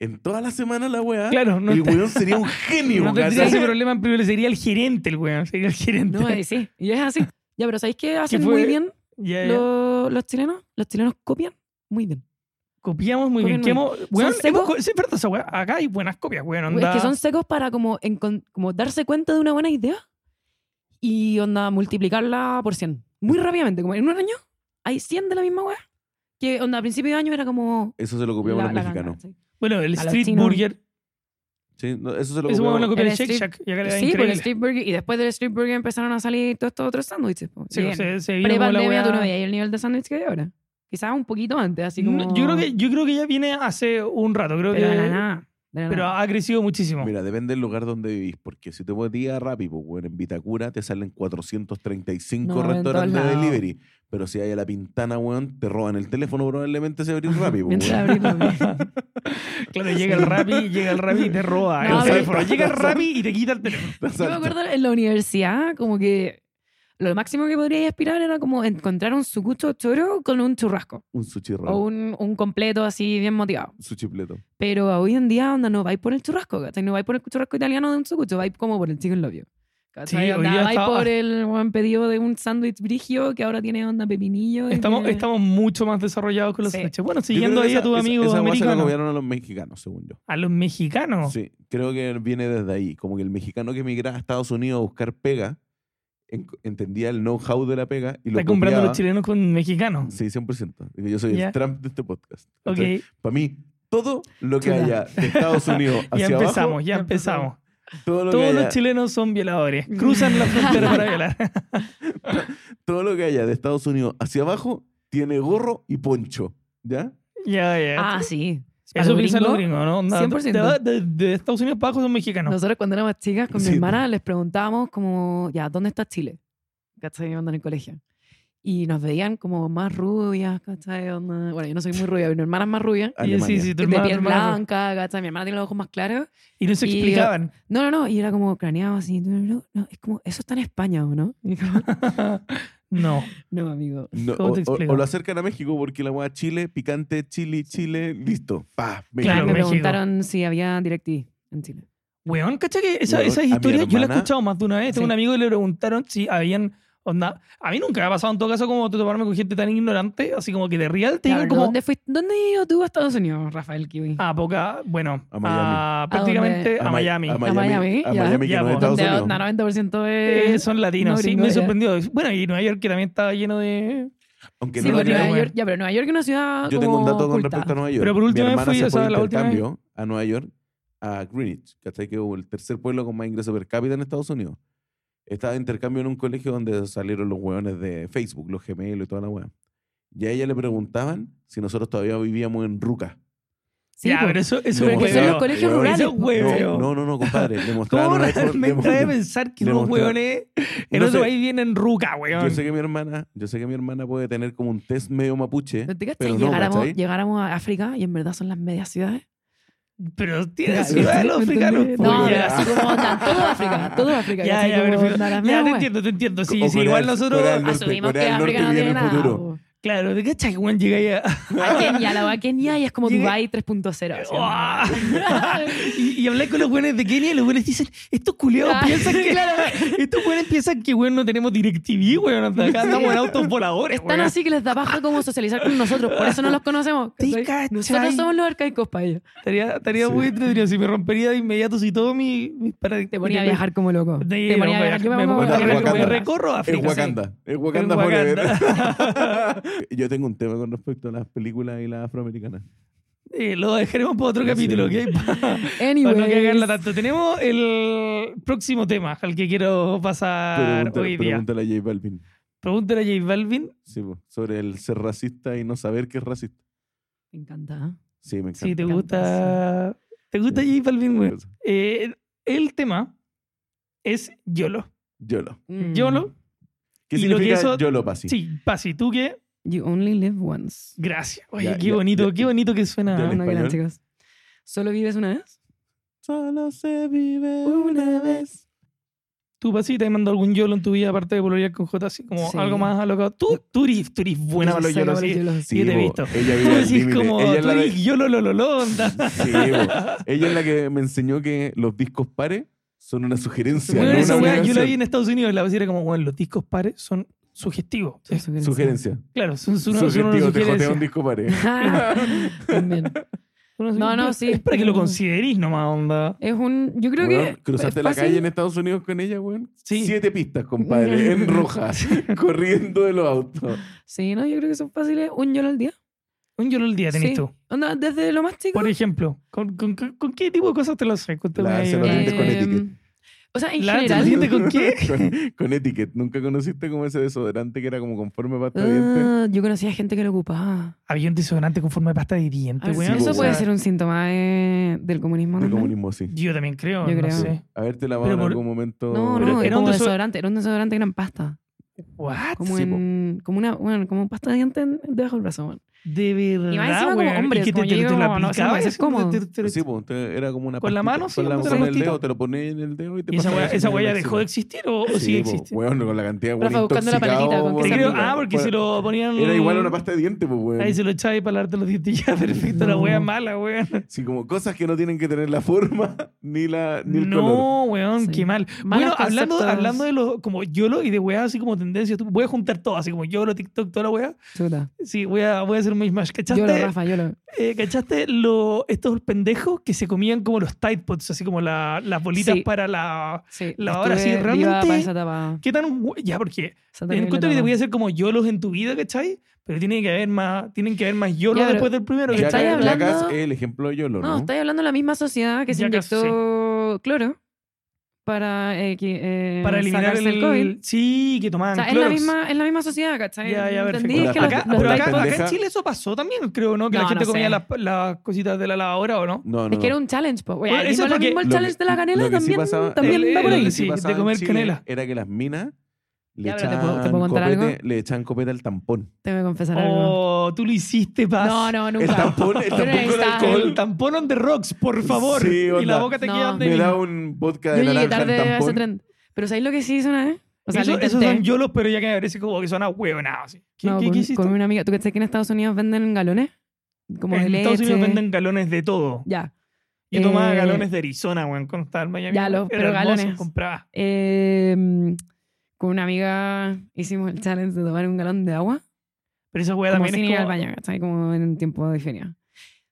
S1: en toda la semana la wea.
S3: Claro, no,
S1: el
S3: te-
S1: weón sería
S2: *laughs*
S1: un genio,
S3: no tendría
S1: ¿cachai?
S3: ese problema en primer sería el gerente, el güey. Sería el gerente.
S2: No, eh, sí. Y es así. Ya, pero ¿sabéis qué hacen
S3: fue?
S2: muy bien
S3: *laughs* Ya, ya.
S2: los, los chilenos? Los chilenos copian muy bien.
S3: Copiamos muy bien.
S2: Copian
S3: que hemos- güey,
S2: Son
S3: hemos
S2: secos.
S3: co- sí, es verdad, esa güey. Acá hay buenas copias, güey.
S2: Es
S3: onda.
S2: que son secos para como, encon- como darse cuenta de una buena idea y onda multiplicarla por 100. Muy rápidamente, como en un año hay 100 de la misma wea. Que onda a principio de año era como...
S1: Eso se lo copiamos
S2: la-
S1: los
S2: la ganga,
S1: mexicanos.
S2: ¿sí?
S3: Bueno, el
S2: a los
S3: Street
S2: chinos.
S3: Burger
S1: Sí, no, eso se lo
S3: Es una buena
S1: copiamos.
S3: copia
S2: El
S3: del Shake
S2: Street-
S3: Shack. Ya que le da
S2: Sí, porque el
S3: increíble.
S2: street burger, y después del street burger empezaron a salir todos estos otros sándwiches. po.
S3: Sí,
S2: Bien.
S3: se, se vino como la
S2: Pre-pandemia
S3: weá-
S2: tú no veías el nivel de sándwich que hay ahora. Quizás un poquito antes, así como...
S3: No, Yo creo, que, yo creo que ya viene hace un rato, creo
S2: Pero de
S3: que.
S2: la nada. de la
S3: pero
S2: nada.
S3: ha crecido muchísimo.
S1: Mira, depende del lugar donde vivís, porque si te metís a Rappi, pues, bueno, en Vitacura te salen 435
S2: No, en
S1: restaurantes
S2: todos
S1: de
S2: lados.
S1: delivery. Pero si hay a la pintana, weón, te roban el teléfono probablemente se abrís Rappi, pues,
S2: *laughs* Mientras
S1: weón. *laughs*
S2: abrimos bien.
S3: Claro, llega
S2: *laughs*
S3: el Rappi, llega el Rappi y te roba
S2: No,
S3: el
S2: pero-
S3: teléfono. Llega el Rappi y te quita
S1: *laughs*
S3: el teléfono.
S2: Yo me acuerdo en la universidad, como que lo máximo que podría aspirar era como encontrar un sucucho choro con un churrasco
S1: Un sushi
S2: o
S1: raro.
S2: un, un completo así bien motivado.
S1: Un sushi pleto.
S2: Pero hoy en día, onda, no vais por el churrasco, ¿cachai? No vais por el churrasco italiano de un sucucho, vais como por el chicken love you. ¿cachai?
S3: Sí, hoy
S2: Onda,
S3: día
S2: vais
S3: estaba-
S2: por el buen pedido de un sándwich brigio que ahora tiene onda pepinillo. y
S3: Estamos,
S2: que-
S3: estamos mucho más desarrollados con los
S2: Pues Sí.
S3: sándwiches. Bueno,
S1: Yo
S3: siguiendo
S1: creo que
S3: ahí a
S1: esa-
S3: tu
S1: esa-
S3: amigo
S1: esa weá se la
S3: americano.
S1: copiaron a los mexicanos, según yo.
S3: A los mexicanos.
S2: Oh.
S1: Sí, creo que viene desde ahí. Como que el mexicano que emigra a Estados Unidos a buscar pega en- entendía el know-how de la pega y lo
S3: Está comprando
S1: copiaba.
S3: los chilenos con mexicanos.
S1: Sí, 100%. Digo, Yo soy
S3: Ya.
S1: el Trump de este podcast.
S3: Ok,
S1: Para mí, todo lo que
S2: Chuta.
S1: haya de Estados Unidos
S3: *laughs* ya
S1: hacia
S3: empezamos,
S1: abajo,
S3: ya empezamos.
S1: todo lo, que
S3: Todos
S1: haya,
S3: los chilenos son violadores. Cruzan la frontera para violar. *laughs*
S1: todo lo que haya de Estados Unidos hacia abajo tiene gorro y poncho. ¿Ya?
S3: ya, ya.
S2: Ah, sí. Para
S3: Eso piensan los
S2: gringos,
S3: gringos, ¿no? Onda,
S2: 100%.
S3: De, de- de Estados Unidos para abajo son mexicanos.
S2: Nosotros cuando éramos chicas con
S1: Sí.
S2: mi hermana
S3: pues.
S2: les preguntábamos como, ya, ¿dónde está Chile? ¿Cachai? Onda en el colegio. Y nos veían como más rubias, ¿cachai? Onda- Bueno, yo no soy muy rubia, pero mi hermana es más rubia.
S3: Y,
S1: Alemania.
S3: sí, sí, *laughs* tu
S2: De
S3: hermano,
S2: piel
S3: tu hermano.
S2: blanca, ¿cachai? Mi hermana tiene los ojos más claros.
S3: Y no se
S2: Y-
S3: explicaban.
S2: No, no, no. Y era como craneado así. No, no, no. Es como, eso está en España, ¿o no? Y
S3: *laughs*
S2: como,
S3: no.
S2: no, amigo.
S1: No,
S3: ¿Cómo
S1: o,
S3: te
S1: o-
S3: explico?
S1: o lo acercan a México porque la hueá Chile, picante, chili, chile, listo. Pa, México.
S3: Claro,
S2: me
S3: México.
S2: preguntaron si había DirecTV en Chile.
S3: Weón, ¿cacha que esa-
S1: Weón, a
S3: esas
S1: mi
S3: historias yo las he
S1: hermana-
S3: escuchado más de una vez?
S2: Sí.
S3: Tengo un amigo que le preguntaron si habían. Onda, a mí nunca me ha pasado en todo caso como toparme con gente tan ignorante, así como que de real te
S2: Claro,
S3: digan como. Ah,
S2: ¿Dónde fuiste? ¿Dónde has ido tú a Estados Unidos, Rafael Kiwi?
S3: A poca, bueno,
S1: A Miami.
S3: a- prácticamente a,
S1: Ma-
S3: Miami.
S1: A Miami.
S2: Miami,
S1: a
S2: ya.
S1: Miami, que
S3: Ya,
S1: no es
S3: pues,
S1: Estados
S2: Donde
S1: Unidos.
S2: onda 90%
S3: Eh,
S2: es...
S3: son latinos,
S2: no
S3: sí,
S2: gringo,
S3: me
S2: ya.
S3: sorprendió. Bueno, y Nueva York que también estaba lleno de.
S1: Aunque
S2: sí,
S1: no lo
S2: pero
S3: porque
S1: crean,
S2: Nueva
S3: creo,
S2: York, ya, pero Nueva York es una ciudad
S1: Yo tengo un dato con
S2: Ah, oculta.
S1: respecto a Nueva York.
S3: Pero por última
S1: Mi
S3: vez
S1: hermana
S3: fui,
S1: se
S3: o
S1: fue
S3: sea,
S1: de
S3: la última vez.
S1: intercambio a Nueva York, a Greenwich, ¿cachai? Que hubo el tercer pueblo con más ingreso per cápita en Estados Unidos. Estaba de intercambio en un colegio donde salieron los hueones de Facebook, los gemelos y toda la hueá. Y a ella le preguntaban si nosotros todavía vivíamos en Ruca.
S2: Sí,
S3: ya,
S2: po.
S3: pero eso,
S1: Porque
S3: eso es
S2: porque
S1: hueveo,
S2: son los
S3: hueveo.
S2: colegios
S1: hueveo.
S2: rurales.
S3: Eso es
S2: po.
S3: hueveo.
S1: No, no, no, no, compadre. Le
S3: ¿Cómo
S1: mostraron una foto- *laughs* le
S3: realmente debe
S1: mo-
S3: pensar que
S1: le
S3: unos
S1: mostraron-
S3: hueones en
S1: No
S3: otro
S1: sé.
S3: país vienen ruca,
S1: Yo
S3: hueón?
S1: sé que mi hermana, yo sé que mi hermana puede tener como un test medio
S3: *laughs*
S1: mapuche.
S2: ¿No te cachai?
S1: Pero no,
S2: llegáramos,
S1: ¿cachai?
S2: llegáramos a África y en verdad son las
S1: *laughs*
S2: medias ciudades.
S3: Pero
S2: Ya,
S3: tiene ciudad de los
S2: ¿me
S3: africanos.
S2: entendés?
S3: po,
S2: No, pero
S3: ya.
S2: así
S1: *laughs*
S2: como andan, todo África, todo África.
S3: Ya,
S2: ¿cachai?
S3: ya,
S2: Como
S3: perfecto.
S2: andan las
S3: Ya,
S2: medias,
S3: te
S2: weas.
S3: entiendo, te entiendo. Sí,
S1: O
S3: sí,
S1: Corea-
S3: igual
S1: Corea
S3: nosotros.
S1: del Norte,
S2: Asumimos
S1: Corea
S2: que
S1: del Norte
S2: África no
S1: vive
S2: tiene
S1: en el
S2: nada.
S1: futuro.
S2: po.
S3: Claro, ¿te cachas que weón llega ahí
S2: *laughs*
S3: a-
S2: A Kenia, la wea Kenia y es como
S3: Llegué-
S2: Dubai 3.0. así,
S3: ¡Uah!
S2: ¿no?
S3: *laughs* y, y hablar con los buenos de Kenia y los buenos dicen, estos culiados
S2: Ah, *laughs*
S3: piensan que...
S2: claro.
S3: Estos buenos piensan que, weón, no tenemos DirecTV, weón. hasta Acá andamos en autos voladores,
S2: Están
S3: weón.
S2: así que les da paja como socializar con nosotros, por eso no los conocemos.
S3: ¿Te
S2: ¿cachai?
S3: cachai?
S2: Nosotros somos los arcaicos para ellos.
S3: Estaría, estaría
S1: Sí.
S3: muy entretenido si me rompería de inmediato si todo mi... mi para-
S2: Te ponía a viajar como loco.
S3: Sí,
S2: Te ponía a
S3: me-
S2: viajar. Yo
S3: me-
S2: me pongo a
S1: Wakanda,
S2: viajar
S3: me-
S2: como
S3: me
S1: Wakanda.
S2: loco.
S3: recorro
S1: Es
S3: África. sí.
S1: Wakanda. Es Wakanda
S3: Es
S1: forever.
S3: Wakanda. *laughs*
S1: *laughs* Yo tengo un tema con respecto a las películas y las afroamericanas.
S3: Eh, lo dejaremos para otro
S1: Sí.
S3: capítulo, ¿ok? *laughs* Para
S2: Anyways,
S3: no cagarla tanto. Tenemos el próximo tema al que quiero pasar
S1: Pregunta-
S3: hoy día.
S1: Pregúntale a J Balvin.
S3: Pregúntale a J Balvin.
S1: Sí, po, sobre el ser racista y no saber que es racista.
S2: Me encanta.
S1: Sí, me encanta.
S3: Si te
S2: encanta,
S3: gusta. ¿Te gusta J Balvin, güey?
S1: Eso.
S3: Eh, el tema es YOLO.
S1: YOLO.
S2: Mm.
S3: YOLO.
S1: ¿Qué
S3: Y lo que
S1: significa
S3: eso-
S1: YOLO, Pasi?
S3: Sí, Pasi, tú qué.
S2: You only live once.
S3: Gracias. Oye,
S1: Ya,
S3: qué
S1: ya,
S3: bonito,
S1: ya.
S3: qué bonito que
S1: Ya
S2: Ah,
S1: le-
S3: suena. ¿eh?
S2: no, gran,
S1: español?
S2: chicos. ¿Solo vives una vez?
S1: Solo se vive una vez.
S3: Tú, Pasi, te has mandado algún YOLO en tu vida, aparte de pololear con J, así como
S2: Sí.
S3: algo más alocado. Tú, tú eres, tú eres buena
S2: Yo
S3: para los
S2: sé
S3: YOLO,
S2: que
S3: sí.
S2: yo lo-
S1: Sí,
S3: Yo te he
S1: po,
S3: visto. *laughs*
S1: Ella
S3: Tú
S1: vive al
S3: decís
S1: límite.
S3: como,
S1: Ella es
S3: tú
S1: la
S3: eres
S1: de-
S3: YOLO, lo, lo, lo, onda.
S1: Sí, po. Ella es la que me enseñó que los discos pares son una sugerencia.
S3: Bueno,
S1: no
S3: esa
S1: una
S3: weá, yo la vi
S1: obligación.
S3: en Estados Unidos, la vez era como, bueno, los discos pares son sugestivos.
S2: Sí,
S3: Es-
S2: sugerencia.
S1: Sugerencia.
S3: claro, son, son, una- son
S1: Sugestivo,
S3: una
S1: te joteo
S3: sugerencia.
S1: un disco pare.
S2: *laughs* También.
S3: Son una
S2: No,
S3: sugerencia.
S2: no, sí. Mm.
S3: Es para que lo considerís nomás, onda.
S2: Es un. Yo creo
S1: Weón,
S2: que.
S1: cruzaste
S2: es
S1: la
S2: fácil.
S1: calle en Estados Unidos con ella, weón.
S3: Sí.
S1: Siete pistas, compadre,
S2: *laughs*
S1: en rojas, corriendo de los autos.
S2: Sí, no, yo creo que son fáciles. Un YOLO al día.
S3: Un YOLO al día tenés
S2: Sí.
S3: tú.
S2: Onda, desde lo más chico.
S3: Por ejemplo, ¿con, con, con, con qué tipo de cosas te lo haces? Cuéntame
S1: La-
S3: ahí,
S1: se lo
S3: ¿no?
S1: rinde con etiqueta.
S2: eh, O sea, en
S3: La-
S2: general.
S3: ¿Diente con qué?
S1: *laughs* con, con etiquet. ¿Nunca conociste como ese desodorante que era como conforme pasta de dientes?
S2: Ah, yo conocía gente que lo ocupaba.
S3: Había un desodorante con forma de pasta de
S2: A
S3: diente,
S2: ver,
S1: sí,
S2: si
S3: weón.
S2: Ah, eso
S1: pues,
S2: puede
S1: weón.
S2: ser un síntoma de- del comunismo.
S1: De
S2: ¿no?
S1: comunismo, sí.
S3: Yo también creo,
S2: Yo
S3: no
S2: creo.
S3: sé.
S1: Haberte lavado
S3: Pero
S1: en
S3: por-
S1: algún momento.
S2: No,
S3: Pero
S2: no,
S3: era
S2: era
S3: un Ah,
S2: un
S3: deso-
S2: desodorante, era un desodorante gran pasta.
S3: ¿What?
S2: Como
S1: Sí, po.
S2: en, como una, bueno, como pasta de diente en- debajo del brazo. bueno.
S3: De verdad,
S2: Y más encima como
S3: weón.
S2: hombre,
S3: ¿Y qué te,
S2: como
S3: te,
S2: yo
S3: te
S2: digo,
S3: lo
S2: no, no, eso no
S3: aplicaba?
S2: puede ser
S3: eso? Te-
S2: cómodo.
S3: te- te-
S1: Sí, pues, te- era como una
S3: Con la
S1: pastita-
S3: mano, sí,
S1: con, la-
S3: con
S1: con,
S3: la
S1: el
S3: pastita.
S1: dedo, te lo pones en el dedo y te
S3: ¿Y esa
S1: pasas
S3: weá,
S1: la
S3: esa
S1: encima.
S3: weá ya dejó de existir o, o
S1: Sí,
S3: sigue
S1: po,
S3: existiendo?
S1: weón, con la cantidad de
S2: Rafa,
S1: weón
S2: buscando la
S1: intoxicado,
S2: paletita, ¿con qué
S1: weón.
S2: se
S3: Te creo-
S2: aplica?
S3: ah, porque se lo ponían.
S1: Era igual a una pasta de dientes, pues, weón.
S3: Ahí se lo echaba y para lavarte los dientes. Ya, *laughs* perfecto, la
S2: No.
S3: wea mala, weón.
S1: Sí, como cosas que no tienen que tener la forma *laughs* ni la ni el color.
S3: No, weón,
S2: Sí.
S3: qué mal.
S2: Malos
S3: bueno, hablando,
S2: conceptos.
S3: hablando de los como YOLO y de weas así como tendencias, tú- voy a juntar todo, así como YOLO, TikTok, toda la wea.
S2: Chuta.
S3: Sí, voy a, voy a hacer hacer un mismatch.
S2: Yo lo,
S3: ¿Cachaste,
S2: Rafa, yo lo.
S3: eh, ¿cachaste lo- estos pendejos que se comían como los Tide Pods, así como la- las bolitas
S2: Sí.
S3: para la...
S2: Sí,
S3: La hora, sí,
S2: estuve viva
S3: realmente-
S2: para esa etapa.
S3: ¿Qué tan... hue- Ya, porque
S2: esa terrible
S3: encuentro que te
S2: etapa.
S3: voy a hacer como yolos en tu vida, ¿cachai? Pero tiene que haber más, tienen que haber más yolos
S2: Ya, pero-
S3: después del primero,
S2: Ya,
S1: Jackass-
S3: ¿cachai?
S2: estáis hablando-
S1: Jackass es el ejemplo de Yolo,
S2: No,
S1: ¿no?
S2: estáis hablando de la misma sociedad que se
S3: Ya casi,
S2: inyectó cloro para, eh, que, eh,
S3: Para eliminar
S2: sacarse
S3: el...
S2: el COVID.
S3: Sí, que tomaban
S2: O sea, es la,
S3: Clorox.
S2: misma, es la misma sociedad, ¿cachai?
S3: Ya, ya,
S2: ¿Entendí?
S3: perfecto.
S2: Es que
S1: Hola,
S2: los-
S3: Acá-
S2: los
S3: pero
S2: Tide
S3: acá,
S2: Pods-
S3: acá en
S1: pendeja-
S3: Chile eso pasó también, creo, ¿no? Que la
S2: No,
S3: gente
S2: no
S3: comía
S2: sé.
S3: las, las cositas de la lavadora, ¿o no?
S1: No, no,
S2: Es que
S1: no.
S2: era un challenge, po. Oye,
S3: Bueno,
S2: ahí
S3: eso es
S2: mismo
S3: lo
S2: lo
S3: que- Eh,
S2: mismo el
S1: lo que-
S2: challenge de la canela
S1: lo que sí
S2: también,
S1: pasaba-
S2: también
S3: el-
S2: va por
S3: el-
S2: ahí.
S1: Sí,
S3: Sí, de
S1: pasaba en
S3: comer
S1: Chile
S3: canela.
S1: Era que las minas le
S2: Ya, pero te
S1: echaban,
S2: puedo- te puedo contar
S1: copete,
S2: algo.
S1: le echaban copete al tampón.
S2: Te voy a confesar algo.
S3: Oh, tú lo hiciste, Paz.
S2: No, no, nunca.
S1: El tampón, el
S2: Pero
S1: tampón
S2: ahí
S1: con
S2: está.
S1: alcohol.
S3: El tampón on the rocks, por favor.
S1: Sí,
S3: y
S1: onda.
S3: la boca te
S2: No.
S3: queda de
S1: Me
S3: mí.
S1: da un vodka de
S2: Yo llegué
S1: naranja al
S2: tarde a ese
S1: tampón.
S2: tren. Pero ¿sabéis lo que sí hice una vez? O sea,
S3: Eso-
S2: lo
S3: esos
S2: intenté.
S3: son yolos, pero ya que me parece como que son ahueonados. así. ¿Qué,
S2: No,
S3: qué-
S2: con,
S3: qué hiciste?
S2: con una amiga. ¿Tú crees que en Estados Unidos venden galones? Como de
S3: en
S2: leche.
S3: Estados Unidos venden galones de todo.
S2: Ya.
S3: Yo tomaba
S2: Eh,
S3: galones de Arizona, weón, cuando estaba en Miami.
S2: Ya, los-
S3: Era
S2: pero
S3: hermoso,
S2: galones.
S3: Compraba.
S2: Eh, con una amiga hicimos el challenge de tomar un galón de agua.
S3: Pero esa weá
S2: Como
S3: también
S2: sin
S3: es
S2: ir
S3: como...
S2: al baño, ¿cachai? Como en un tiempo de feria.